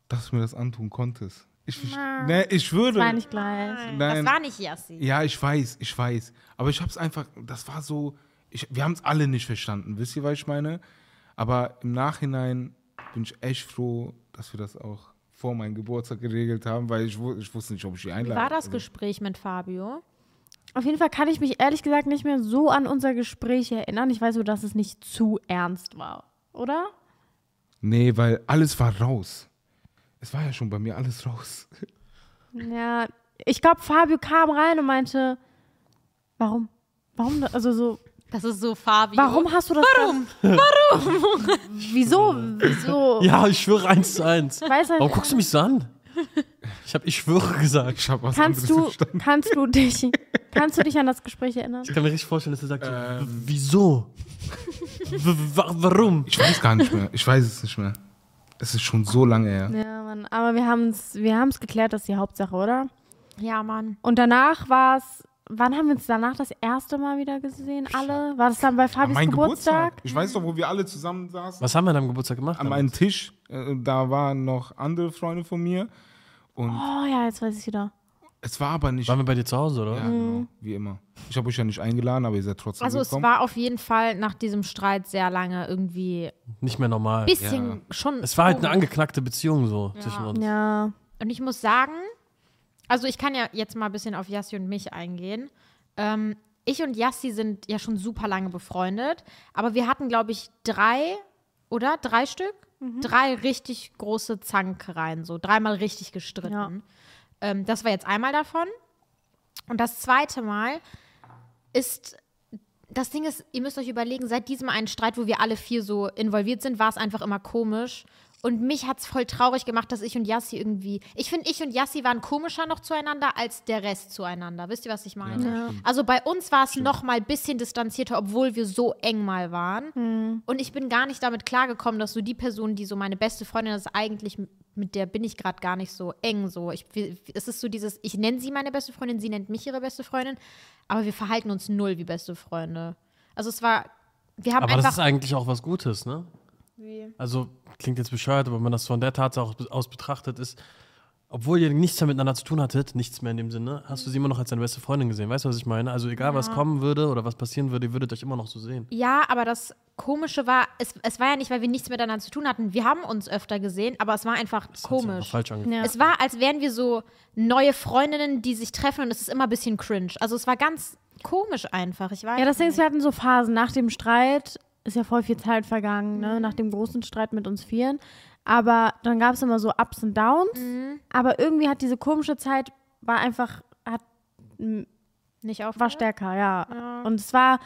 dass du mir das antun konntest. Ich, verste- nee, ich würde. Das war nicht gleich. Das Nein. war nicht Jassi. Ja, ich weiß, ich weiß. Aber ich hab's einfach, das war so, ich, wir haben's alle nicht verstanden. Wisst ihr, was ich meine? Aber im Nachhinein bin ich echt froh, dass wir das auch vor meinem Geburtstag geregelt haben, weil ich, wu- ich wusste nicht, ob ich die Wie einlade. war das Also, Gespräch mit Fabio? Auf jeden Fall kann ich mich ehrlich gesagt nicht mehr so an unser Gespräch erinnern. Ich weiß nur, dass es nicht zu ernst war, oder? Nee, weil alles war raus. Es war ja schon bei mir alles raus. Ja, ich glaube, Fabio kam rein und meinte, warum? Warum? da- Also so, Das ist so Fabio. warum hast du das? Warum? Warum? Wieso? Wieso? Ja, ich schwöre eins zu eins. Weiß halt, Warum guckst du mich so an? Ich habe ich schwöre gesagt. Ich hab was kannst du, anderes kannst du dich, kannst du dich an das Gespräch erinnern? Ich kann mir richtig vorstellen, dass er sagt, so, w- wieso? W- wa- warum? Ich weiß gar nicht mehr. Ich weiß es nicht mehr. Es ist schon so lange her. Ja, Mann. Aber wir haben es, wir haben es geklärt, das ist die Hauptsache, oder? Ja, Mann. Und danach war es. Wann haben wir uns danach das erste Mal wieder gesehen? Alle? War das dann bei An Fabis meinem Geburtstag? Ich weiß doch, wo wir alle zusammen saßen. Was haben wir an deinem Geburtstag gemacht? an meinem Tisch. Äh, da waren noch andere Freunde von mir. Und Oh ja, jetzt weiß ich wieder. es war aber nicht. Waren wir bei dir zu Hause, oder? ja, genau, wie immer. Ich habe euch ja nicht eingeladen, aber ihr seid trotzdem Mhm. Also es gekommen. war auf jeden Fall nach diesem Streit sehr lange irgendwie Nicht mehr normal. bisschen schon. es war halt eine komisch. angeknackte Beziehung so zwischen uns. Ja. Und ich muss sagen, also ich kann ja jetzt mal ein bisschen auf Yassi und mich eingehen. Ähm, ich und Yassi sind ja schon super lange befreundet, aber wir hatten, glaube ich, drei oder drei Stück, drei richtig große Zankereien, so dreimal richtig gestritten. Ja. Ähm, das war jetzt einmal davon. Und das zweite Mal ist das Ding ist, ihr müsst euch überlegen, seit diesem einen Streit, wo wir alle vier so involviert sind, war es einfach immer komisch. Und mich hat es voll traurig gemacht, dass ich und Yassi irgendwie. Ich finde, ich und Yassi waren komischer noch zueinander als der Rest zueinander. Wisst ihr, was ich meine? Also bei uns war es noch mal ein bisschen distanzierter, obwohl wir so eng mal waren. Und ich bin gar nicht damit klargekommen, dass so die Person, die so meine beste Freundin ist, eigentlich m- mit der bin ich gerade gar nicht so eng so. Ich, wir- es ist so dieses, ich nenne sie meine beste Freundin, sie nennt mich ihre beste Freundin, aber wir verhalten uns null wie beste Freunde. Also es war Wir haben Aber das ist einfach. eigentlich auch was Gutes, ne? Also klingt jetzt bescheuert, aber wenn man das von der Tatsache aus, aus betrachtet, ist, obwohl ihr nichts mehr miteinander zu tun hattet, nichts mehr in dem Sinne, hast du sie immer noch als deine beste Freundin gesehen. Weißt du, was ich meine? Also egal, was kommen würde oder was passieren würde, ihr würdet euch immer noch so sehen. Ja, aber das Komische war, es, es war ja nicht, weil wir nichts miteinander zu tun hatten. Wir haben uns öfter gesehen, aber es war einfach Das hat sich einfach komisch. Falsch angefühlt. Ja. Es war, als wären wir so neue Freundinnen, die sich treffen und es ist immer ein bisschen cringe. Also es war ganz komisch einfach. Ich weiß Ja, das Ding nicht. ist, wir hatten so Phasen. Nach dem Streit ist ja voll viel Zeit vergangen, Mhm. ne? nach dem großen Streit mit uns Vieren. Aber dann gab es immer so Ups und Downs. Mhm. Aber irgendwie hat diese komische Zeit, war einfach, hat, m, nicht auf war stärker, ja. Und es war,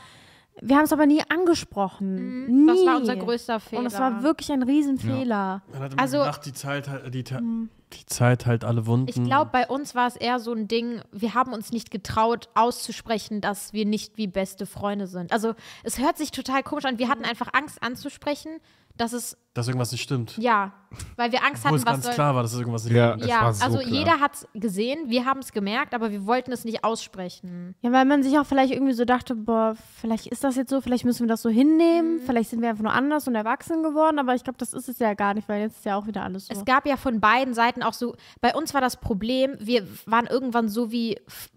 wir haben es aber nie angesprochen. Nie. Mhm. Das war unser größter Fehler. Und es war wirklich ein Riesenfehler. Man hat immer Also- Hm. gedacht, die Zeit, halt- die, Ta- die Zeit halt alle Wunden. Hm. Ich glaube, bei uns war es eher so ein Ding, wir haben uns nicht getraut, auszusprechen, dass wir nicht wie beste Freunde sind. Also es hört sich total komisch an. Wir hatten einfach Angst anzusprechen, dass es, dass irgendwas nicht stimmt. ja, weil wir Angst Wo hatten, es was ganz soll. klar war, dass irgendwas nicht Ja. stimmt. Es Ja, war so also klar. jeder hat es gesehen, wir haben es gemerkt, aber wir wollten es nicht aussprechen. Ja. weil man sich auch vielleicht irgendwie so dachte, boah, vielleicht ist das jetzt so, vielleicht müssen wir das so hinnehmen, Mhm. vielleicht sind wir einfach nur anders und erwachsen geworden, aber ich glaube, das ist es ja gar nicht, weil jetzt ist ja auch wieder alles so. Es gab ja von beiden Seiten auch so, bei uns war das Problem, wir waren irgendwann so wie, f-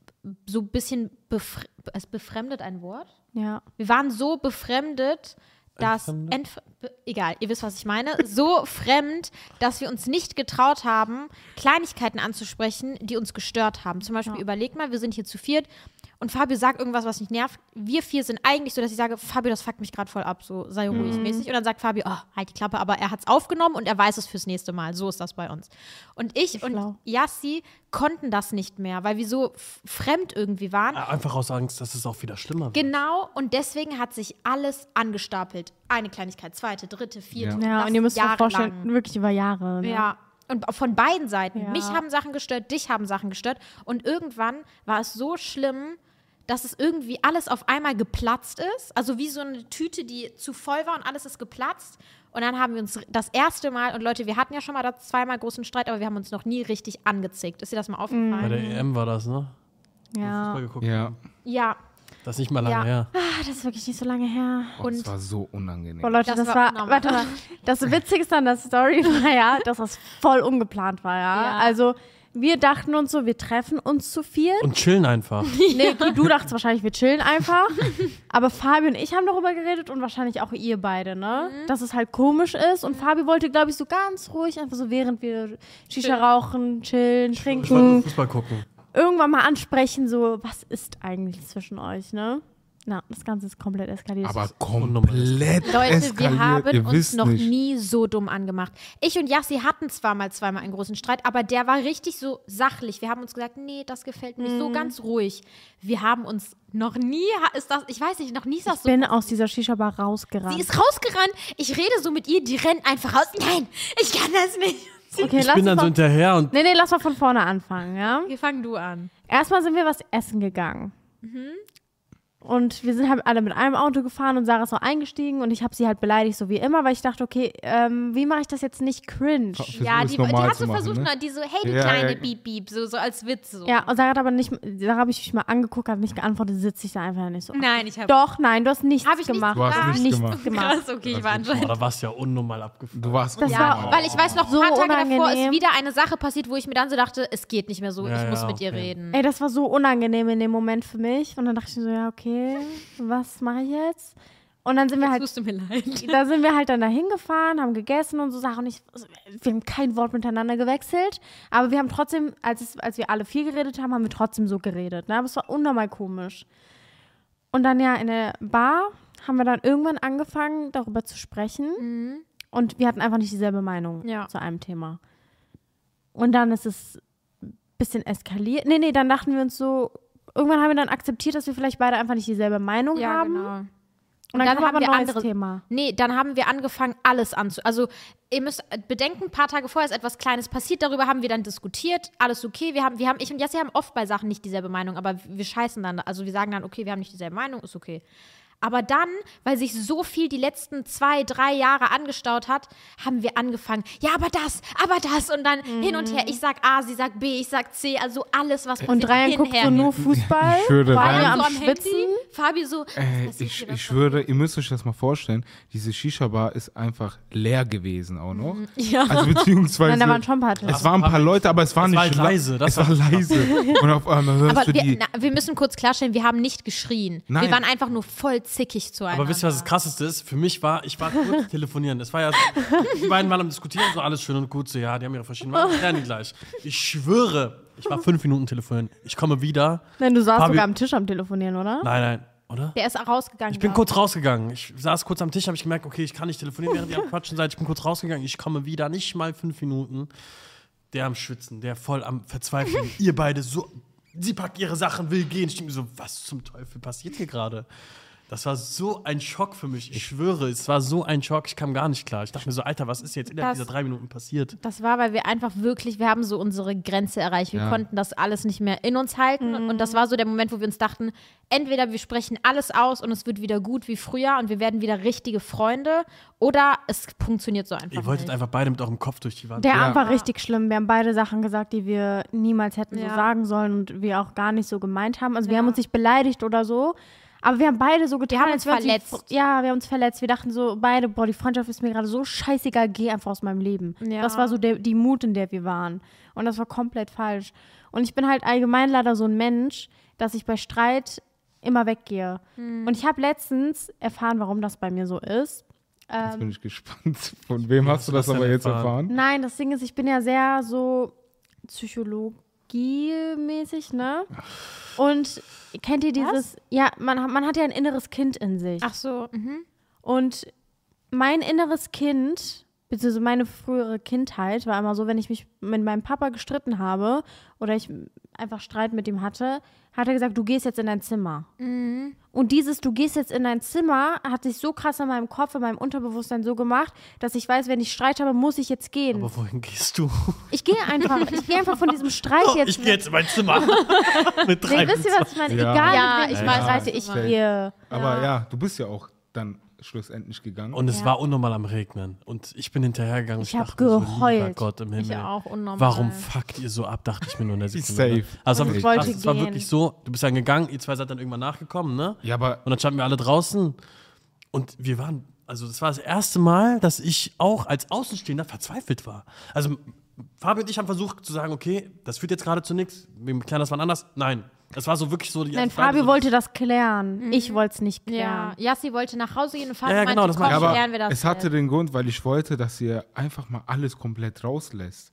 so ein bisschen, befre es befremdet ein Wort? ja. Wir waren so befremdet, dass. Entfremdet? Entf be- egal, ihr wisst, was ich meine. So fremd, dass wir uns nicht getraut haben, Kleinigkeiten anzusprechen, die uns gestört haben. Zum Beispiel, überleg mal, wir sind hier zu viert und Fabio sagt irgendwas, was mich nervt. Wir vier sind eigentlich so, dass ich sage, Fabio, das fuckt mich gerade voll ab, so sei ruhig mäßig. Und dann sagt Fabio, oh, halt die Klappe, aber er hat es aufgenommen und er weiß es fürs nächste Mal. So ist das bei uns. Und ich und schlau. Yassi konnten das nicht mehr, weil wir so f- fremd irgendwie waren. Ah, Einfach aus Angst, dass es auch wieder schlimmer wird. Genau, und deswegen hat sich alles angestapelt. Eine Kleinigkeit, zweite, dritte, vierte. Ja, das und ihr müsst euch jahrelang. vorstellen, wirklich über Jahre. Ne? Ja. Und von beiden Seiten. Ja. Mich haben Sachen gestört, dich haben Sachen gestört. Und irgendwann war es so schlimm, dass es irgendwie alles auf einmal geplatzt ist. Also wie so eine Tüte, die zu voll war und alles ist geplatzt. Und dann haben wir uns das erste Mal, und Leute, wir hatten ja schon mal da zweimal großen Streit, aber wir haben uns noch nie richtig angezickt. Ist dir das mal Bei aufgefallen? Mhm. der EM war das, ne? Ja. Fußball geguckt. Ja. Ja, Das ist nicht mal lange Ja. her. Ah, das ist wirklich nicht so lange her. Oh, das Und- war so unangenehm. Boah, Leute, Das das, war war, unnormal. warte mal, das Witzigste an der Story war ja, dass das voll ungeplant war, ja. Ja. Also, wir dachten uns so, wir treffen uns zu viert. Und chillen einfach. Nee, du dachtest wahrscheinlich, wir chillen einfach. Aber Fabi und ich haben darüber geredet und wahrscheinlich auch ihr beide, ne? Mhm. Dass es halt komisch ist. Und Fabi wollte, glaube ich, so ganz ruhig, einfach so während wir Shisha Chillen. rauchen, chillen, Ich wollte nur trinken, Fußball gucken. irgendwann mal ansprechen, so, was ist eigentlich zwischen euch, ne? Na, das Ganze ist komplett eskaliert. aber Das ist- komplett Leute, eskaliert. wir haben Ihr uns wisst noch nicht. nie so dumm angemacht. Ich und Yassi hatten zwar mal zweimal einen großen Streit, aber der war richtig so sachlich. Wir haben uns gesagt, nee, das gefällt mir nicht, Mhm. so ganz ruhig. Wir haben uns noch nie, ha- ist das, ich weiß nicht, noch nie ist das ich so. bin aus dieser Shisha-Bar rausgerannt. Sie ist rausgerannt. Ich rede so mit ihr, die rennt einfach raus. Nein, ich kann das nicht. okay, Ich bin dann uns so mal- hinterher und Nee, nee, lass mal von vorne anfangen, ja? Hier fang du an. Erstmal sind wir was essen gegangen. Mhm. Und wir sind halt alle mit einem Auto gefahren und Sarah ist auch eingestiegen und ich habe sie halt beleidigt, so wie immer, weil ich dachte, okay, ähm, wie mache ich das jetzt nicht cringe? Versuch ja, es die, die normal hat zu so machen, versucht, ne? na, die so, hey, du Ja, kleine ja. Bieb, Bieb, so, so als Witz. So. Ja, und Sarah hat aber nicht, Sarah habe ich mich mal angeguckt, hat nicht geantwortet, sitze ich da einfach nicht so. Nein, ich habe. Doch, nein, du hast nichts Hab ich nichts gemacht. Du hast Ah, nichts nichts gemacht. gemacht. Krass, okay, ich war anscheinend. Boah, Oh, da warst du ja unnormal abgefahren. Du warst Das Ja, war- weil ich weiß noch, ein So paar Tage davor unangenehm. ist wieder eine Sache passiert, wo ich mir dann so dachte, es geht nicht mehr so, Ja, ich muss ja, mit ihr okay. reden. Ey, das war so unangenehm in dem Moment für mich. Und dann dachte ich mir so, ja, okay, was mache ich jetzt? Und dann sind wir Es halt tust du mir leid. da sind wir halt dann dahin gefahren, haben gegessen und so Sachen. Und ich, wir haben kein Wort miteinander gewechselt. Aber wir haben trotzdem, als, es, als wir alle viel geredet haben, haben wir trotzdem so geredet. Ne? Aber es war unnormal komisch. Und dann ja in der Bar haben wir dann irgendwann angefangen, darüber zu sprechen. Und wir hatten einfach nicht dieselbe Meinung Mhm. Ja. zu einem Thema. Und dann ist es ein bisschen eskaliert. Nee, nee, dann dachten wir uns so, irgendwann haben wir dann akzeptiert, dass wir vielleicht beide einfach nicht dieselbe Meinung haben. Und dann, genau. dann kam haben aber ein wir neues andere- Thema. Nee, dann haben wir angefangen, alles anzu. Also, ihr müsst bedenken, ein paar Tage vorher ist etwas Kleines passiert, darüber haben wir dann diskutiert, alles okay. Wir haben, wir haben, ich und Jassi haben oft bei Sachen nicht dieselbe Meinung, aber wir scheißen dann, also wir sagen dann, okay, wir haben nicht dieselbe Meinung, ist okay. Aber dann, weil sich so viel die letzten zwei, drei Jahre angestaut hat, haben wir angefangen. Ja, aber das, aber das und dann hin und her. Ich sag A, sie sagt B, ich sag C, also alles, was Mhm. Äh, Und Ryan guckt so nur Fußball, Ich schwöre, war Ryan- ja Fabi am so am Schwitzen. Handy, Fabi so. was Äh, passiert ich, hier, was ich schwöre, ihr müsst euch das mal vorstellen, diese Shisha-Bar ist einfach leer gewesen auch noch. Ja. Also beziehungsweise. Nein, da waren schon ein paar Tisch. Es waren ein paar Leute, aber es war Es nicht war halt la- leise, das es war war- leise. Und auf einmal hörst Aber du wir, die. na, wir müssen kurz klarstellen, wir haben nicht geschrien. Nein. Wir waren einfach nur voll zickig zueinander. Aber wisst ihr, was das Krasseste ist? Für mich war, ich war kurz telefonieren. Es war ja, so, die beiden waren am Diskutieren, so alles schön und gut. So, ja, die haben ihre verschiedenen Meinungen, klären die gleich. Ich schwöre, ich war fünf Minuten telefonieren. Ich komme wieder. Nein, du saßt Fabi- sogar am Tisch am Telefonieren, oder? Nein, nein, oder? Der ist rausgegangen. Ich bin glaub kurz rausgegangen. Ich saß kurz am Tisch, habe ich gemerkt, okay, ich kann nicht telefonieren, während ihr am Quatschen seid. Ich bin kurz rausgegangen. Ich komme wieder, nicht mal fünf Minuten. Der am Schwitzen, der voll am Verzweifeln. ihr beide so, sie packt ihre Sachen, will gehen. Ich denke mir so, was zum Teufel passiert hier gerade? Das war so ein Schock für mich. Ich schwöre, es war so ein Schock. Ich kam gar nicht klar. Ich dachte mir so, Alter, was ist jetzt innerhalb Das- dieser drei Minuten passiert? Das war, weil wir einfach wirklich, wir haben so unsere Grenze erreicht. Wir Ja. konnten das alles nicht mehr in uns halten. Und das war so der Moment, wo wir uns dachten, entweder wir sprechen alles aus und es wird wieder gut wie früher und wir werden wieder richtige Freunde oder es funktioniert so einfach Ihr wolltet nicht. einfach beide mit eurem Kopf durch die Wand. Der Ja. Abend war richtig schlimm. Wir haben beide Sachen gesagt, die wir niemals hätten so Ja. sagen sollen und wir auch gar nicht so gemeint haben. Also wir Ja. haben uns nicht beleidigt oder so. Aber wir haben beide so getan, haben uns als wären sie- verletzt. Ja, wir haben uns verletzt. Wir dachten so, beide, boah, die Freundschaft ist mir gerade so scheißegal, geh einfach aus meinem Leben. Ja. Das war so der, die Mut, in der wir waren. Und das war komplett falsch. Und ich bin halt allgemein leider so ein Mensch, dass ich bei Streit immer weggehe. Hm. Und ich habe letztens erfahren, warum das bei mir so ist. Jetzt bin ich gespannt. Von wem hast du das aber jetzt erfahren? Nein, das Ding ist, ich bin ja sehr so psychologiemäßig, ne? Und kennt ihr dieses, ja, man, hat- man hat ja ein inneres Kind in sich. Ach so, mhm. Und mein inneres Kind, beziehungsweise meine frühere Kindheit, war immer so, wenn ich mich mit meinem Papa gestritten habe oder ich einfach Streit mit ihm hatte, hat er gesagt, du gehst jetzt in dein Zimmer. Mhm. Und dieses, du gehst jetzt in dein Zimmer, hat sich so krass in meinem Kopf, in meinem Unterbewusstsein so gemacht, dass ich weiß, wenn ich Streit habe, muss ich jetzt gehen. Aber wohin gehst du? Ich gehe einfach, ich gehe einfach von diesem Streit Oh, jetzt. ich gehe jetzt in mein Zimmer. mit drei Nee, wisst ihr, was ich meine? Ja. Egal, Ja, mit wem ich ich weiß, streite, was ich du meinst. gehe. Aber ja, du bist ja auch dann schlussendlich gegangen. Und es Ja. war unnormal am Regnen. Und ich bin hinterhergegangen. Ich hab dachte mir so, lieber geheult. Gott im Himmel. auch unnormal. Warum fuckt ihr so ab, dachte ich mir nur in der Ist Sekunde. ne? safe. Also Und wirklich ich wollte krass. Es war gehen. wirklich so, du bist dann gegangen, ihr zwei seid dann irgendwann nachgekommen, ne? ja, aber Und dann standen wir alle draußen. Und wir waren, also das war das erste Mal, dass ich auch als Außenstehender verzweifelt war. Also Fabi und ich haben versucht zu sagen, okay, das führt jetzt gerade zu nichts, wir klären das mal anders. Nein, das war so wirklich so die Nein, beide Fabio so- wollte das klären. Ich wollte es nicht Mhm. Ja, Mhm. klären. Yassi wollte nach Hause gehen und Fabi Ja, ja, genau, das meine meinte, komm, ich. aber klären wir das. es hatte jetzt. den Grund, weil ich wollte, dass ihr einfach mal alles komplett rauslässt.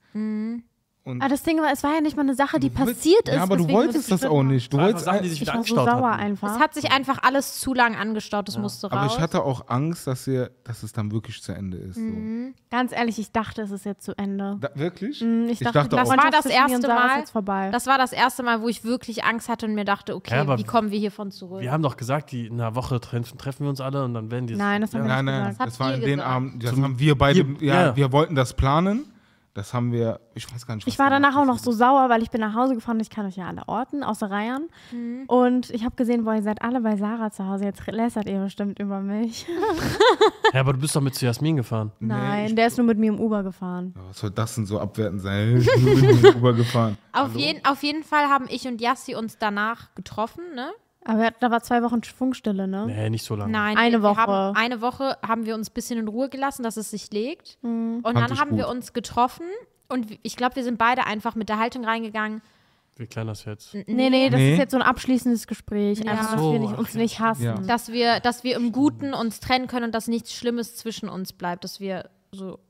Aber das Ding war, es war ja nicht mal eine Sache, die Du willst- passiert ist. Mhm. Ja, aber du weswegen wir uns wolltest das gestritten auch haben. nicht. Du Einfach wolltest Sachen, ein- die sich Ich wieder war so angestaut sauer hatten. einfach. es hat sich einfach alles zu lang angestaut, es musste raus. aber ich hatte auch Angst, dass ihr, dass es dann wirklich zu Ende ist. So. Mhm. Ganz ehrlich, ich dachte, es ist jetzt zu Ende. Da, wirklich? Mm, Ich dachte, auch. die Das war Freundschaft das zwischen mir und erste Sarah Ist Mal. jetzt vorbei. Das war das erste Mal, wo ich wirklich Angst hatte und mir dachte, okay, Ja, aber wie kommen wir hiervon zurück? Wir haben doch gesagt, die, in einer Woche treffen, treffen wir uns alle und dann werden die Nein, das haben wir Nein, nicht nein, gesagt. habt das war ihr in den gesagt. Abend, das haben wir beide, Ihr- ja, ja. wir wollten das planen. Das haben wir, ich weiß gar nicht. was Ich war wir danach auch machen. noch so sauer, weil ich bin nach Hause gefahren. Ich kann euch ja alle orten, außer Ryan. Mhm. Und ich habe gesehen, boah, ihr seid alle bei Sarah zu Hause. Jetzt lästert ihr bestimmt über mich. Ja, aber du bist doch mit zu Jasmin gefahren. Nein, ich- der ist nur mit mir im Uber gefahren. Ja, Was soll das denn so abwertend sein? Ich bin rübergefahren. auf, jeden, auf jeden Fall haben ich und Yassi uns danach getroffen, ne? Aber da war zwei Wochen Funkstille, ne? Nee, nicht so lange. Mhm. Nein, Eine wir Woche. Haben, eine Woche haben wir uns ein bisschen in Ruhe gelassen, dass es sich legt. Mhm. Und dann ich haben wir gut. uns getroffen und ich glaube, wir sind beide einfach mit der Haltung reingegangen. Wie klein das jetzt? Nee, nee, das Nee. ist jetzt so ein abschließendes Gespräch. Einfach, dass so, wir nicht, ach uns ja. nicht hassen. Ja. dass wir, dass wir im Guten uns trennen können und dass nichts Schlimmes zwischen uns bleibt, dass wir so,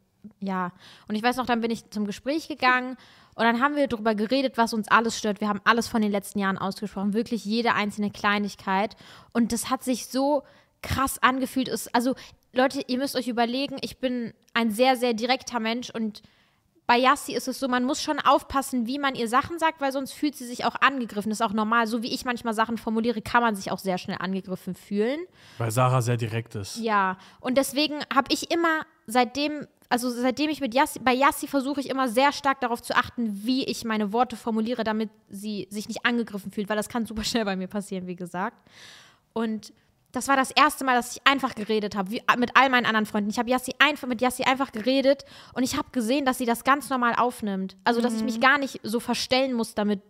ja. Und ich weiß noch, dann bin ich zum Gespräch gegangen und dann haben wir darüber geredet, was uns alles stört. Wir haben alles von den letzten Jahren ausgesprochen, wirklich jede einzelne Kleinigkeit. Und das hat sich so krass angefühlt. Es- Also Leute, ihr müsst euch überlegen, ich bin ein sehr, sehr direkter Mensch und bei Yassi ist es so, man muss schon aufpassen, wie man ihr Sachen sagt, weil sonst fühlt sie sich auch angegriffen. Das ist auch normal. So wie ich manchmal Sachen formuliere, kann man sich auch sehr schnell angegriffen fühlen. Weil Sarah sehr direkt ist. Ja, und deswegen habe ich immer seitdem, also seitdem ich mit Yassi, bei Yassi versuche ich immer sehr stark darauf zu achten, wie ich meine Worte formuliere, damit sie sich nicht angegriffen fühlt, weil das kann super schnell bei mir passieren, wie gesagt. Und das war das erste Mal, dass ich einfach geredet habe, wie mit all meinen anderen Freunden. Ich habe Yassi einfach mit Yassi einfach geredet und ich habe gesehen, dass sie das ganz normal aufnimmt. Also, dass ich mich gar nicht so verstellen muss, damit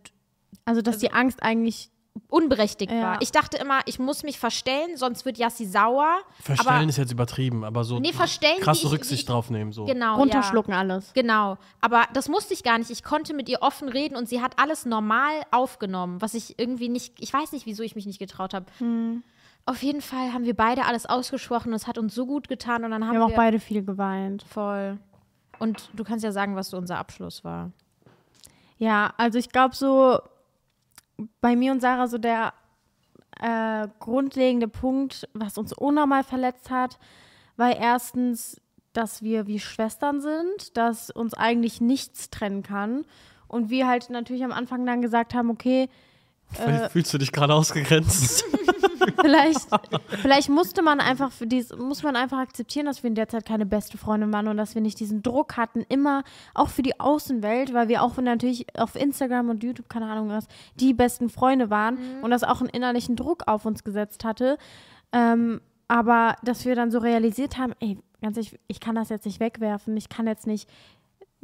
Also, dass die Angst eigentlich. unberechtigt Ja. war. Ich dachte immer, ich muss mich verstellen, sonst wird Yassi sauer. Verstellen aber, ist jetzt übertrieben, aber so Nee, verstellen, krasse wie ich- Rücksicht wie ich- drauf nehmen. So. genau, Ja. Runterschlucken alles. Genau, aber das musste ich gar nicht. Ich konnte mit ihr offen reden und sie hat alles normal aufgenommen, was ich irgendwie nicht, ich weiß nicht, wieso ich mich nicht getraut habe. Hm. Auf jeden Fall haben wir beide alles ausgesprochen und es hat uns so gut getan und dann haben Wir wir, haben auch beide viel geweint. voll. Und du kannst ja sagen, was so unser Abschluss war. Ja, also ich glaube so bei mir und Sarah so der äh, grundlegende Punkt, was uns unnormal verletzt hat, war erstens, dass wir wie Schwestern sind, dass uns eigentlich nichts trennen kann und wir halt natürlich am Anfang dann gesagt haben, okay, äh, Fühlst du dich gerade ausgegrenzt? vielleicht, vielleicht musste man einfach für dies, muss man einfach akzeptieren, dass wir in der Zeit keine beste Freundin waren und dass wir nicht diesen Druck hatten, immer auch für die Außenwelt, weil wir auch natürlich auf Instagram und YouTube, keine Ahnung was, die besten Freunde waren und das auch einen innerlichen Druck auf uns gesetzt hatte. Ähm, aber dass wir dann so realisiert haben, ey, ganz ehrlich, ich kann das jetzt nicht wegwerfen, ich kann jetzt nicht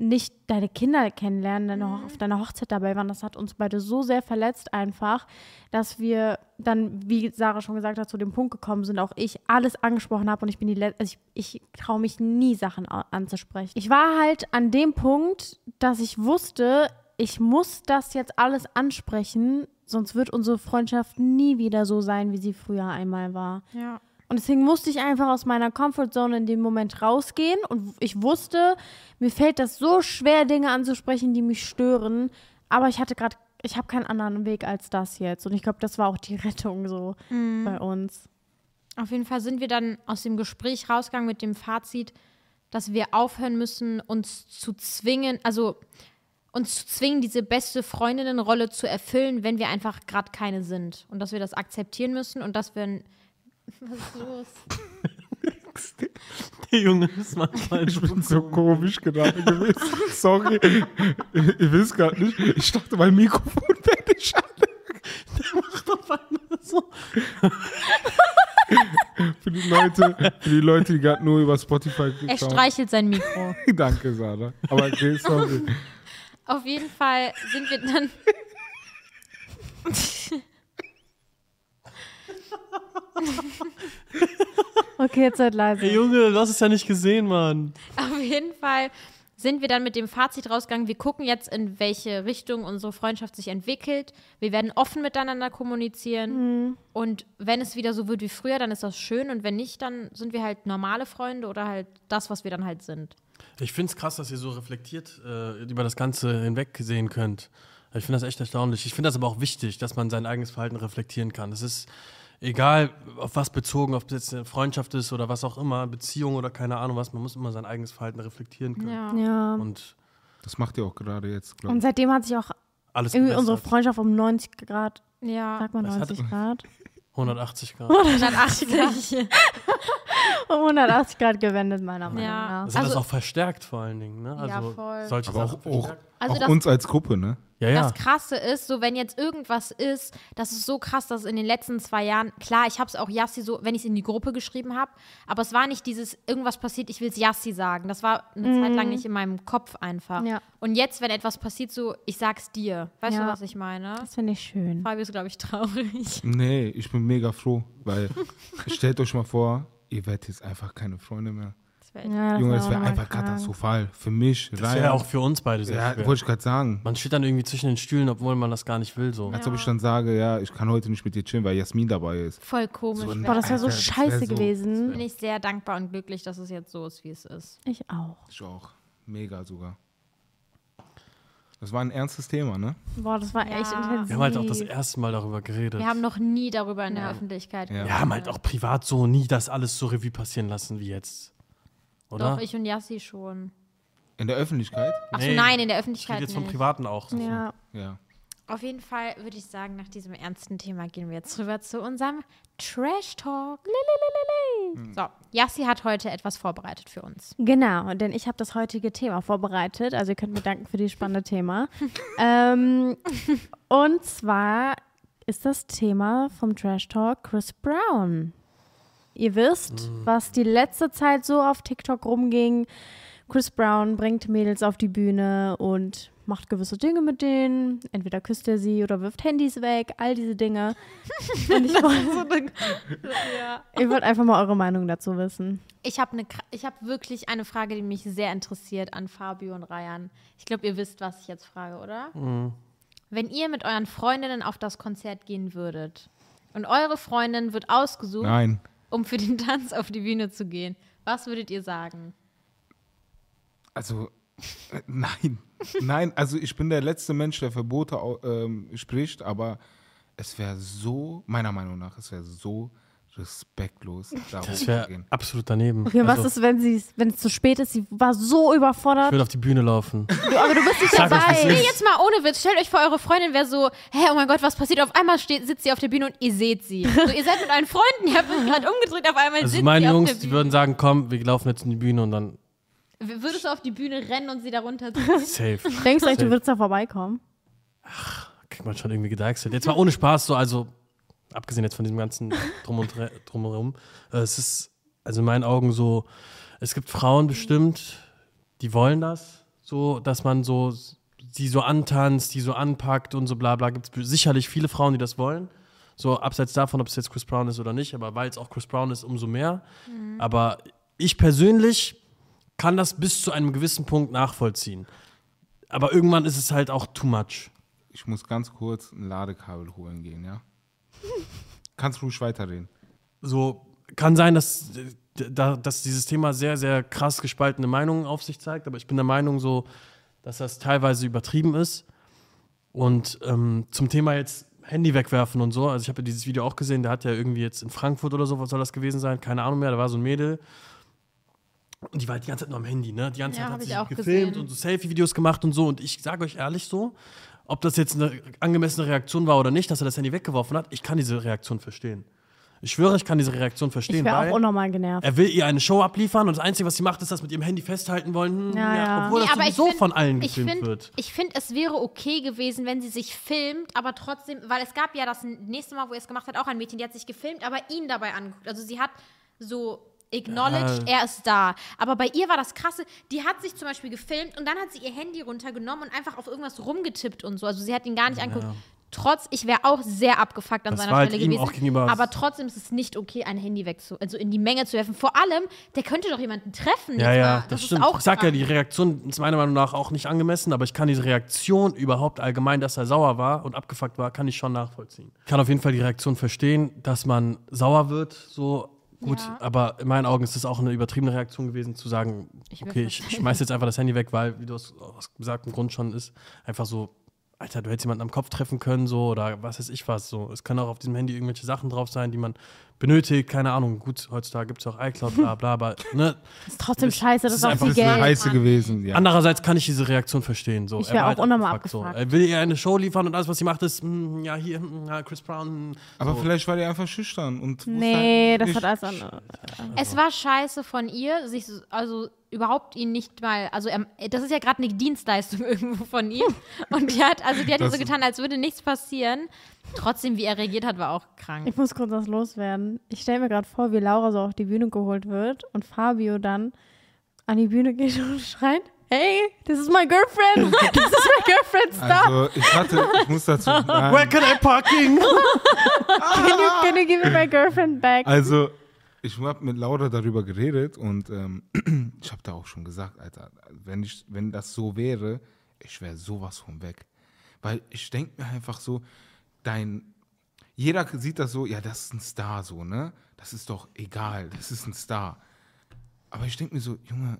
nicht deine Kinder kennenlernen, deine Ho- auf deiner Hochzeit dabei waren. Das hat uns beide so sehr verletzt einfach, dass wir dann, wie Sarah schon gesagt hat, zu dem Punkt gekommen sind, auch ich alles angesprochen habe und ich bin die letzte, also ich, ich traue mich nie Sachen a- anzusprechen. Ich war halt an dem Punkt, dass ich wusste, ich muss das jetzt alles ansprechen, sonst wird unsere Freundschaft nie wieder so sein, wie sie früher einmal war. Ja. Und deswegen musste ich einfach aus meiner Comfortzone in dem Moment rausgehen. Und ich wusste, mir fällt das so schwer, Dinge anzusprechen, die mich stören. Aber ich hatte gerade, ich habe keinen anderen Weg als das jetzt. Und ich glaube, das war auch die Rettung so bei uns. Auf jeden Fall sind wir dann aus dem Gespräch rausgegangen mit dem Fazit, dass wir aufhören müssen, uns zu zwingen, also uns zu zwingen, diese beste Freundinnenrolle zu erfüllen, wenn wir einfach gerade keine sind. Und dass wir das akzeptieren müssen und dass wir. ein- Was ist los? Der Junge ist manchmal Ich bin so komisch gerade gewesen. Sorry. Ihr wisst gerade nicht. Ich dachte, mein Mikrofon wäre nicht an. so. Für die Leute, für die, Leute, die gerade nur über Spotify Er geschaut streichelt sein Mikro. Danke, Sarah. Aber okay, sorry. Auf jeden Fall sind wir dann. Okay, jetzt seid Ey, leise. Junge, du hast es ja nicht gesehen, Mann. Auf jeden Fall sind wir dann mit dem Fazit rausgegangen. Wir gucken jetzt, in welche Richtung unsere Freundschaft sich entwickelt. Wir werden offen miteinander kommunizieren. Und wenn es wieder so wird wie früher, dann ist das schön. Und wenn nicht, dann sind wir halt normale Freunde oder halt das, was wir dann halt sind. Ich finde es krass, dass ihr so reflektiert äh, über das Ganze hinweg sehen könnt. Ich finde das echt erstaunlich. Ich finde das aber auch wichtig, dass man sein eigenes Verhalten reflektieren kann. Es ist egal, auf was bezogen, ob es jetzt eine Freundschaft ist oder was auch immer, Beziehung oder keine Ahnung was, man muss immer sein eigenes Verhalten reflektieren können. Ja. Und Das macht ihr auch gerade jetzt, glaube Und ich. seitdem hat sich auch alles irgendwie unsere gebessert. Freundschaft um 90 Grad, Ja. sagt man Das hat- 90 Grad, 180 Grad. Also 180. um 180 Grad gewendet, meiner Meinung Ja. nach. Das hat Also- das auch verstärkt vor allen Dingen. Ne? Ja, Also voll. Solche Aber Sachen auch, auch, verstärkt. Also auch das- uns als Gruppe, ne? Ja, ja. Das Krasse ist, so wenn jetzt irgendwas ist, das ist so krass, dass in den letzten zwei Jahren, klar, ich habe es auch Yassi so, wenn ich es in die Gruppe geschrieben habe, aber es war nicht dieses, irgendwas passiert, ich will es Yassi sagen. Das war eine Zeit lang nicht in meinem Kopf einfach. Mhm. Ja. Und jetzt, wenn etwas passiert, so, ich sag's dir. Weißt Ja. du, was ich meine? Das finde ich schön. Fabio ist, glaube ich, traurig. Nee, ich bin mega froh, weil stellt euch mal vor, ihr werdet jetzt einfach keine Freunde mehr. Das wär echt- Ja, Junge, war das auch wäre nochmal einfach krank. katastrophal. Für mich, Das wäre ja auch für uns beide sehr Ja, schwer. wollte ich gerade sagen. Man steht dann irgendwie zwischen den Stühlen, obwohl man das gar nicht will. So. Als ob ich dann sage, ja, ich kann heute nicht mit dir chillen, weil Jasmin dabei ist. Voll komisch. So ein- Boah, das wäre so Alter, das wär scheiße so- gewesen. bin ich sehr dankbar und glücklich, dass es jetzt so ist, wie es ist. Ich auch. Ich auch. Mega sogar. Das war ein ernstes Thema, ne? Boah, das war Ja. echt Wir intensiv. Wir haben halt auch das erste Mal darüber geredet. Wir haben noch nie darüber in der Öffentlichkeit Ja. Wir haben halt auch privat so nie das alles so Revue passieren lassen wie jetzt. Oder? Doch, ich und Yassi schon. In der Öffentlichkeit? Ach so, Nee. nein, in ich der rede Öffentlichkeit jetzt vom nicht. Privaten auch. halt ja. Ja. Auf jeden Fall würde ich sagen, nach diesem ernsten Thema gehen wir jetzt rüber zu unserem Trash Talk. So, Yassi hat heute etwas vorbereitet für uns. Genau, denn ich habe das heutige Thema vorbereitet. Also ihr könnt mir danken für das spannende Thema. ähm, und zwar ist das Thema vom Trash Talk Chris Brown. Ihr wisst, was die letzte Zeit so auf TikTok rumging. Chris Brown bringt Mädels auf die Bühne und macht gewisse Dinge mit denen. Entweder küsst er sie oder wirft Handys weg, all diese Dinge. Und ich wollte wollt einfach mal eure Meinung dazu wissen. Ich habe ne, kra- ich hab wirklich eine Frage, die mich sehr interessiert an Fabio und Ryan. Ich glaube, ihr wisst, was ich jetzt frage, oder? Wenn ihr mit euren Freundinnen auf das Konzert gehen würdet und eure Freundin wird ausgesucht, Nein. um für den Tanz auf die Bühne zu gehen, was würdet ihr sagen? Also, äh, nein. Nein, also ich bin der letzte Mensch, der Verbote au- ähm, spricht, aber es wäre so, meiner Meinung nach, es wäre so respektlos, da Das wäre hochzugehen. absolut daneben. Okay, also, was ist, wenn sie wenn es zu spät ist? Sie war so überfordert. Ich würde auf die Bühne laufen. aber du bist nicht Sag euch, wie es dabei. ist. Nee, jetzt mal ohne Witz. Stellt euch vor, eure Freundin wäre so, hä, oh mein Gott, was passiert? Auf einmal steht, sitzt sie auf der Bühne und ihr seht sie. So, ihr seid mit euren Freunden, ihr habt euch gerade umgedreht, auf einmal Also sitzt meine sie Jungs, auf der die Bühne. würden sagen, komm, wir laufen jetzt in die Bühne und dann W- Würdest du auf die Bühne rennen und sie darunter ziehen? safe. Denkst du, echt, du Safe. würdest da vorbeikommen? Kriegt man schon irgendwie gedeichselt. Jetzt mal ohne Spaß, so, also abgesehen jetzt von diesem ganzen Drum und Dre- Drumherum. Äh, es ist, also in meinen Augen so, es gibt Frauen bestimmt, die wollen das, so, dass man so, die so antanzt, die so anpackt und so bla bla. Gibt es sicherlich viele Frauen, die das wollen. So, abseits davon, ob es jetzt Chris Brown ist oder nicht, aber weil es auch Chris Brown ist, umso mehr. Aber ich persönlich kann das bis zu einem gewissen Punkt nachvollziehen. Aber irgendwann ist es halt auch too much. Ich muss ganz kurz ein Ladekabel holen gehen, ja? Kannst ruhig weiterreden. so kann sein, dass, äh, da, dass dieses Thema sehr, sehr krass gespaltene Meinungen auf sich zeigt, aber ich bin der Meinung so, dass das teilweise übertrieben ist. Und ähm, zum Thema jetzt Handy wegwerfen und so, also ich habe ja dieses Video auch gesehen, der hat ja irgendwie jetzt in Frankfurt oder so, was soll das gewesen sein, keine Ahnung mehr, da war so ein Mädel. Und die war halt die ganze Zeit nur am Handy, ne? Die ganze Ja, Zeit hab hat ich sie auch gefilmt gesehen. und so Selfie-Videos gemacht und so. Und ich sage euch ehrlich so, ob das jetzt eine angemessene Reaktion war oder nicht, dass er das Handy weggeworfen hat, ich kann diese Reaktion verstehen. Ich schwöre, ich kann diese Reaktion Ich verstehen, wäre auch weil unnormal genervt. er will ihr eine Show abliefern und das Einzige, was sie macht, ist, dass mit ihrem Handy festhalten wollen. Hm, Ja, ja. Obwohl das sowieso find- von allen ich gefilmt find- wird. Ich finde, es wäre okay gewesen, wenn sie sich filmt, aber trotzdem, weil es gab ja das nächste Mal, wo er es gemacht hat, auch ein Mädchen, die hat sich gefilmt, aber ihn dabei angeguckt. Also sie hat so acknowledged, er ist da. Aber bei ihr war das Krasse, die hat sich zum Beispiel gefilmt und dann hat sie ihr Handy runtergenommen und einfach auf irgendwas rumgetippt und so. Also sie hat ihn gar nicht angeguckt. Trotz, ich wäre auch sehr abgefuckt an Das seiner war halt Stelle ihm gewesen. auch gegenüber- aber trotzdem ist es nicht okay, ein Handy wegzu, also in die Menge zu werfen. Vor allem, der könnte doch jemanden treffen. Ja, jetzt ja, mal. das, ist stimmt. Auch ich sag ja, krank. die Reaktion ist meiner Meinung nach auch nicht angemessen, aber ich kann diese Reaktion überhaupt allgemein, dass er sauer war und abgefuckt war, kann ich schon nachvollziehen. Ich kann auf jeden Fall die Reaktion verstehen, dass man sauer wird, so gut, aber in meinen Augen ist das auch eine übertriebene Reaktion gewesen, zu sagen, werd okay, ich schmeiß jetzt einfach das Handy weg, weil, wie du es aus besagtem Grund schon ist, einfach so. Alter, du hättest jemanden am Kopf treffen können, so oder was weiß ich was. So. Es können auch auf diesem Handy irgendwelche Sachen drauf sein, die man benötigt, keine Ahnung. Gut, heutzutage gibt es auch iCloud, bla bla, aber ne, ist trotzdem das- scheiße, das das ist ist auch einfach viel Das ist eine Geld. heiße gewesen, ja. Andererseits kann ich diese Reaktion verstehen. So. Ich Er wär war halt auch unnormal So. abgefuckt. Er will ihr eine Show liefern und alles, was sie macht, ist, hm, ja, hier, hm, ja, Chris Brown. hm, Aber so. vielleicht war die einfach schüchtern und. wusste Nee, halt das nicht- hat alles andere. Es war scheiße von ihr, sich so- also überhaupt ihn nicht mal, also er, das ist ja gerade eine Dienstleistung irgendwo von ihm und die hat also die hat ihm Das- so getan, als würde nichts passieren. Trotzdem, wie er reagiert hat, war auch krank. Ich muss kurz was loswerden. Ich stelle mir gerade vor, wie Laura so auf die Bühne geholt wird und Fabio dann an die Bühne geht und schreit: Hey, this is my girlfriend! This is my girlfriend! Stop! Also, ich hatte, ich muss dazu Where sagen, can I parking? Can you, can you give me my girlfriend back? also ich habe mit Laura darüber geredet und ähm, ich habe da auch schon gesagt, Alter, wenn, ich, wenn das so wäre, ich wäre sowas von weg. Weil ich denke mir einfach so, dein, jeder sieht das so, ja, das ist ein Star so, ne? Das ist doch egal, das ist ein Star. Aber ich denke mir so, Junge,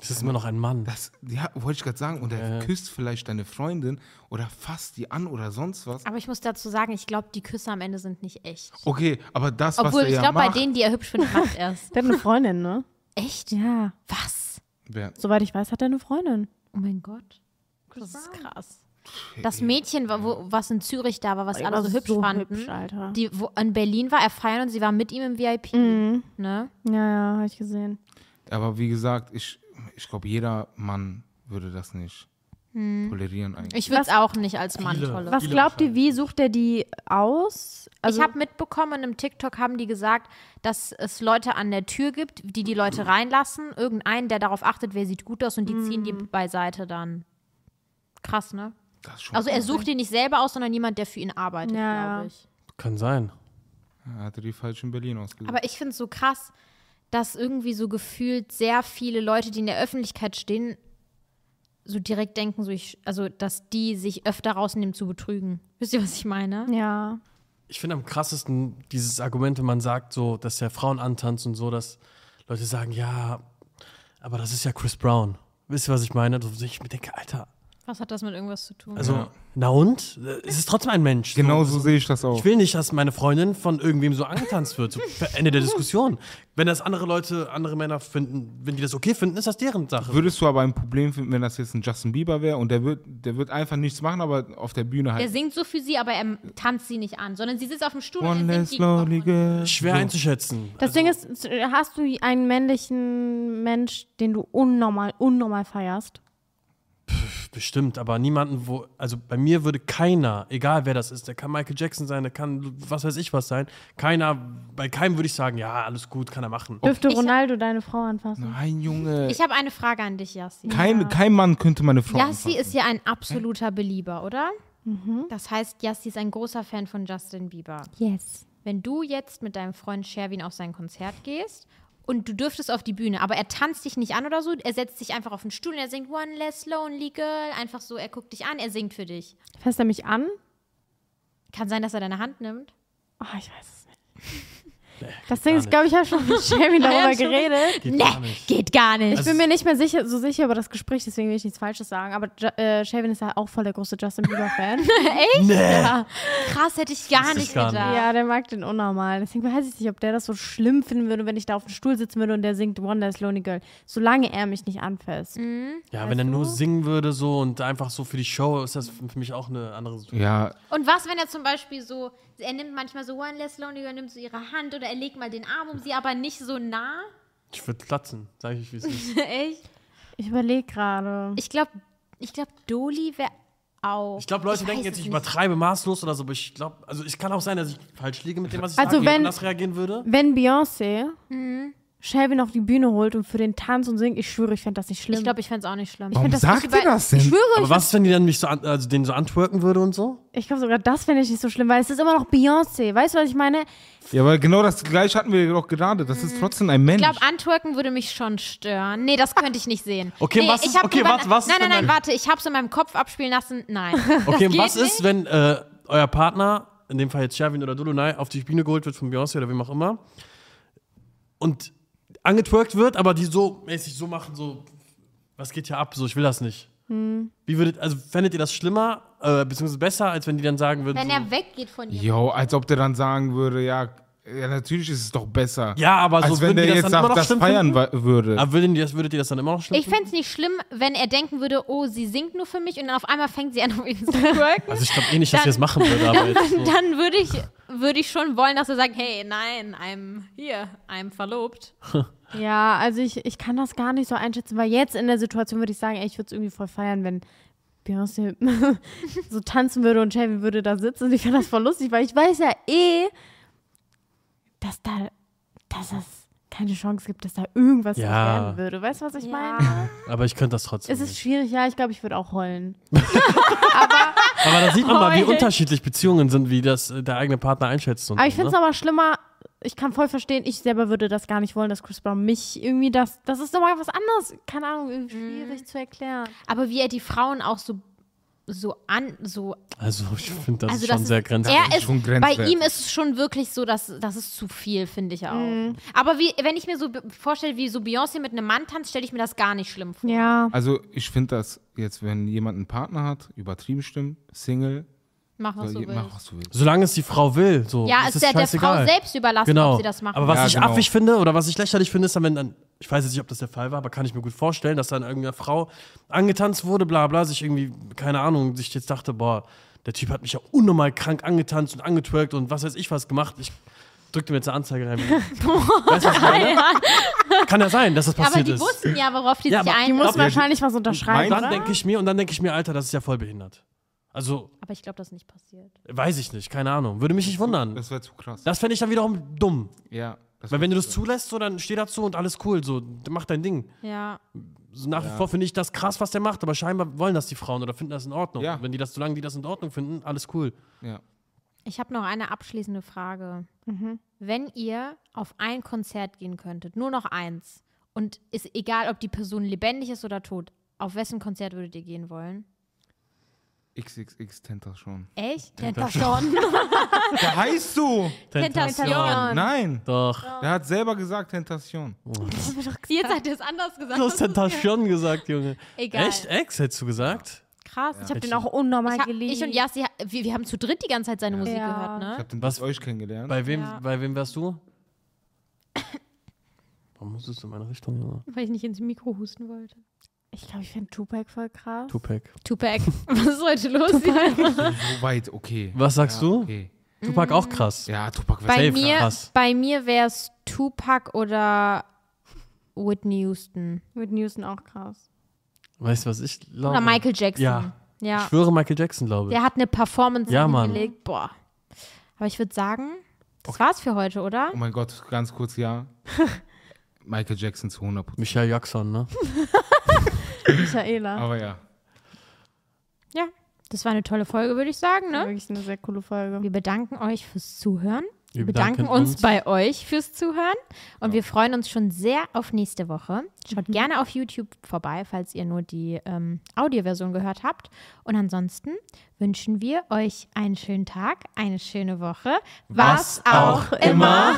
Es ist immer noch ein Mann. das, ja, wollte ich gerade sagen, und er küsst vielleicht deine Freundin oder fasst die an oder sonst was. Aber ich muss dazu sagen, ich glaube, die Küsse am Ende sind nicht echt. Okay, aber das, was Obwohl, er ich ja glaube, bei macht, denen, die er hübsch findet, macht er es. Der hat eine Freundin, ne? Echt? Ja. Was? Wer- Soweit ich weiß, hat er eine Freundin. Oh mein Gott. Das ist krass. Das Mädchen, wa- wo, was in Zürich da war, was Die alle war so hübsch so fanden, hübsch, Alter. die wo in Berlin war, er feiern und sie war mit ihm im VIP. Ne? Ja, ja, habe ich gesehen. Aber wie gesagt, ich, ich glaube, jeder Mann würde das nicht. Tolerieren eigentlich. Ich würde es auch nicht als Mann Viele. tolle. Was Was glaubt ihr, wahrscheinlich. wie sucht er die aus? Also, Ne? ich habe mitbekommen, in einem TikTok haben die gesagt, dass es Leute an der Tür gibt, die die Leute reinlassen. Irgendeinen, der darauf achtet, wer sieht gut aus und die ziehen die Mhm. beiseite dann. Krass, ne? Das ist schon Also er krass. sucht die nicht selber aus, sondern jemand, der für ihn arbeitet, Ja. Mhm. glaube ich. Kann sein. Er hatte die falschen Berlin ausgesucht. Aber ich finde es so krass, dass irgendwie so gefühlt sehr viele Leute, die in der Öffentlichkeit stehen, so direkt denken, so ich, also dass die sich öfter rausnehmen zu betrügen. Wisst ihr, was ich meine? ja. Ich finde am krassesten dieses Argument, wenn man sagt, so, dass der Frauen antanzt und so, dass Leute sagen, ja, aber das ist ja Chris Brown. Wisst ihr, was ich meine? So, ich mir denke, Alter, Was hat das mit irgendwas zu tun? also, Ja. na und? Äh, Es ist trotzdem ein Mensch. genau so, so sehe ich das auch. Ich will nicht, dass meine Freundin von irgendwem so angetanzt wird. So, Ende der Diskussion. Wenn das andere Leute, andere Männer finden, wenn die das okay finden, ist das deren Sache. Würdest du aber ein Problem finden, wenn das jetzt ein Justin Bieber wäre und der wird, der wird einfach nichts machen, aber auf der Bühne Er halt. singt so für sie, aber er tanzt sie nicht an, sondern sie sitzt auf dem Stuhl One und er singt less die lonely girl. Schwer einzuschätzen. Das Ding ist, hast du einen männlichen Mensch, den du unnormal, unnormal feierst? Bestimmt, aber niemanden, wo, also bei mir würde keiner, egal wer das ist, der kann Michael Jackson sein, der kann was weiß ich was sein, keiner, bei keinem würde ich sagen, ja, alles gut, kann er machen. Dürfte Ich- Ronaldo deine Frau anfassen? Nein, Junge. Ich habe eine Frage an dich, Yassi. Kein, kein Mann könnte meine Frau. Yassi anfassen. ist ja ein absoluter Belieber, oder? Das heißt, Yassi ist ein großer Fan von Justin Bieber. Yes. Wenn du jetzt mit deinem Freund Sherwin auf sein Konzert gehst und du dürftest auf die Bühne, aber er tanzt dich nicht an oder so, er setzt dich einfach auf den Stuhl und er singt One Less Lonely Girl, einfach so, er guckt dich an, er singt für dich. Fasst er mich an? Kann sein, dass er deine Hand nimmt. Oh, ich weiß es nicht. Das Ding gar ist, glaube ich, habe schon mit Jamie Ja, darüber schon. geredet. Geht nee, gar nicht. geht gar nicht. Ich bin mir nicht mehr sicher, so sicher über das Gespräch, deswegen will ich nichts Falsches sagen. Aber Ju- äh, Shavin ist ja auch voll der große Justin Bieber-Fan. Krass, hätte ich gar Wusste ich nicht gar gedacht. nicht. ja, der mag den unnormal. Deswegen weiß ich nicht, ob der das so schlimm finden würde, wenn ich da auf dem Stuhl sitzen würde und der singt One Less Lonely Girl. Solange er mich nicht anfasst. Ja, wenn er nur singen würde so und einfach so für die Show, ist das für mich auch eine andere Situation. Ja, Und was, wenn er zum Beispiel so, er nimmt manchmal so One Less Lonely Girl, nimmt so ihre Hand oder er legt mal den Arm um sie, aber nicht so nah? Ich würde platzen, sage ich, wie es ist. Echt? Ich überlege gerade. Ich glaube, ich glaube, Dolly wäre auch. Ich glaube, Leute weiß denken jetzt, es ich nicht. übertreibe maßlos oder so, aber ich glaube, also ich kann auch sein, dass ich falsch liege mit dem, was ich Also sage, wenn- anders reagieren Also würde. Wenn Beyoncé Mhm. Shavin auf die Bühne holt und für den Tanz und singt, ich schwöre, ich fände das nicht schlimm. Ich glaube, ich fände es auch nicht schlimm. warum das sagt nicht ihr über- das denn? Ich schwöre, Aber was, wenn die dann mich so, an, also den so antwerken würde und so? Ich glaube sogar, das finde ich nicht so schlimm, weil es ist immer noch Beyoncé. Weißt du, was ich meine? Ja, aber genau das gleiche hatten wir doch gerade. Das ist trotzdem ein Mensch. Ich glaube, antworten würde mich schon stören. Nee, das könnte ich nicht sehen. Okay, nee, was ich ist- hab okay, drüber- was- was ist Nein, nein, denn nein, ein- warte. Ich habe es in meinem Kopf abspielen lassen. Nein. Okay, und geht was ist, wenn äh, euer Partner, in dem Fall jetzt Sherwin oder Dolunay, auf die Bühne geholt wird von Beyoncé oder wem auch immer und angetwerkt wird, aber die so mäßig so machen, so, was geht hier ab, so, ich will das nicht. Hm. Wie würdet, also fändet ihr das schlimmer, äh, beziehungsweise besser, als wenn die dann sagen würden, Wenn so, er weggeht von ihr. Jo, als ob der dann sagen würde, ja, ja natürlich ist es doch besser. Ja, aber so als wenn würden der die das dann jetzt immer sagt, noch das schlimm feiern finden? wa- würde. aber würden die das, würdet ihr das dann immer noch schlimm Ich fände es nicht schlimm, wenn er denken würde, oh, sie singt nur für mich und dann auf einmal fängt sie an, auf ihn zu twerken. Also ich glaube eh nicht, dass Dann- ihr das machen würdet, aber jetzt so. Dann würde ich, würde ich schon wollen, dass er sagt, hey, nein, I'm hier, I'm verlobt. Ja, also ich, ich kann das gar nicht so einschätzen, weil jetzt in der Situation würde ich sagen, ey, ich würde es irgendwie voll feiern, wenn Beyoncé so tanzen würde und Shavin würde da sitzen. Und ich finde das voll lustig, weil ich weiß ja eh, dass da, dass es keine Chance gibt, dass da irgendwas Ja. werden würde. Weißt du, was ich meine? Aber ich könnte das trotzdem. Es ist nicht. schwierig, ja, ich glaube, ich würde auch heulen. Aber da sieht man mal, wie Heul. unterschiedlich Beziehungen sind, wie das äh, der eigene Partner einschätzt. Und Aber ich so, finde es ne? aber schlimmer, ich kann voll verstehen, ich selber würde das gar nicht wollen, dass Chris Brown mich irgendwie das, das ist nochmal was anderes, keine Ahnung, irgendwie schwierig zu erklären. Aber wie er die Frauen auch so, so an, so Also ich finde das Also ist das schon ist- sehr grenzwertig. Er ist, schon bei grenzwertig. ihm ist es schon wirklich so, dass das ist zu viel, finde ich auch. Aber wie, wenn ich mir so be- vorstelle, wie so Beyoncé mit einem Mann tanzt, stelle ich mir das gar nicht schlimm vor. Ja. Also ich finde das jetzt, wenn jemand einen Partner hat, übertrieben stimmt, Single, Mach was so, du je- willst. mach was du willst. Solange es die Frau will. So. Ja, es ist ja der Frau scheißegal. selbst überlassen, Genau. ob sie das macht. aber was Ja, ich genau. affig finde oder was ich lächerlich finde, ist dann, wenn dann, ich weiß jetzt nicht, ob das der Fall war, aber kann ich mir gut vorstellen, dass dann irgendeine Frau angetanzt wurde, bla bla, sich irgendwie, keine Ahnung, sich jetzt dachte, boah, der Typ hat mich ja unnormal krank angetanzt und angetwerkt und was weiß ich was gemacht. Ich drück dir mir jetzt eine Anzeige rein. weißt du, was ich meine? Kann ja sein, dass das Aber passiert die ist. wussten ja, worauf die Ja, sich aber die ein. Die muss Glaub- wahrscheinlich was Und unterschreiben, dann oder? denke ich mir, und dann denke ich mir, Alter, das ist ja voll behindert. Also, aber ich glaube, das ist nicht passiert. weiß ich nicht, keine Ahnung. Würde mich nicht wundern. Das wäre zu krass. Das fände ich dann wiederum dumm. ja. das Weil wenn wär du zu das zulässt, so, dann steh dazu und alles cool. So, mach dein Ding. Ja. So, nach wie vor finde ich das krass, was der macht, aber scheinbar wollen das die Frauen oder finden das in Ordnung. Ja. Wenn die das, solange die das in Ordnung finden, alles cool. Ja. Ich habe noch eine abschließende Frage. Wenn ihr auf ein Konzert gehen könntet, nur noch eins, und ist egal, ob die Person lebendig ist oder tot, auf wessen Konzert würdet ihr gehen wollen? XXX Tenter schon. Echt? Tentation. Da heißt du! Tentation. Tentation. Nein! Doch. Der hat selber gesagt Tentation. Jetzt hat ihr es anders gesagt. Du hast Tentation gesagt, Junge. Egal. Echt? Ex, hättest du gesagt? Krass. Ich habe den auch unnormal Ich, hab, geliebt. ich und Yassi, ha- wir, wir haben zu dritt die ganze Zeit seine Musik Ja. gehört, Ich ne? hab den Was- Was? euch kennengelernt. Bei wem, Ja. bei wem wärst du? Warum musstest du in meine Richtung? Junge? Weil ich nicht ins Mikro husten wollte. Ich glaube, ich finde Tupac voll krass. Tupac. Tupac, was ist heute los? so weit, okay. Was sagst ja, du? Okay. Mm. Tupac auch krass. Ja, Tupac wäre Bei Safe, mir, krass. bei mir wäre es Tupac oder Whitney Houston. Mit Newton auch krass. Weißt du, was ich glaube? Oder Michael Jackson. Ja. Ich ja. schwöre Michael Jackson, glaube ich. Der hat eine Performance Ja, Mann. hingelegt. Boah. Aber ich würde sagen, das war's für heute, oder? Oh mein Gott, ganz kurz, ja. Michael Jackson zu 100%. Michael Jackson, ne? Michaela. Aber ja. Ja. Das war eine tolle Folge, würde ich sagen, War ne? Wirklich eine sehr coole Folge. Wir bedanken euch fürs Zuhören. Wir Wir bedanken, bedanken uns, uns. bei euch fürs Zuhören und wir freuen uns schon sehr auf nächste Woche. Schaut gerne auf YouTube vorbei, falls ihr nur die ähm, Audioversion gehört habt. Und ansonsten wünschen wir euch einen schönen Tag, eine schöne Woche, was, Was auch auch immer.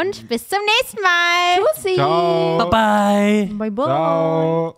Und bis zum nächsten Mal. Tschüssi. Ciao. Bye-bye. Bye bye. Ciao.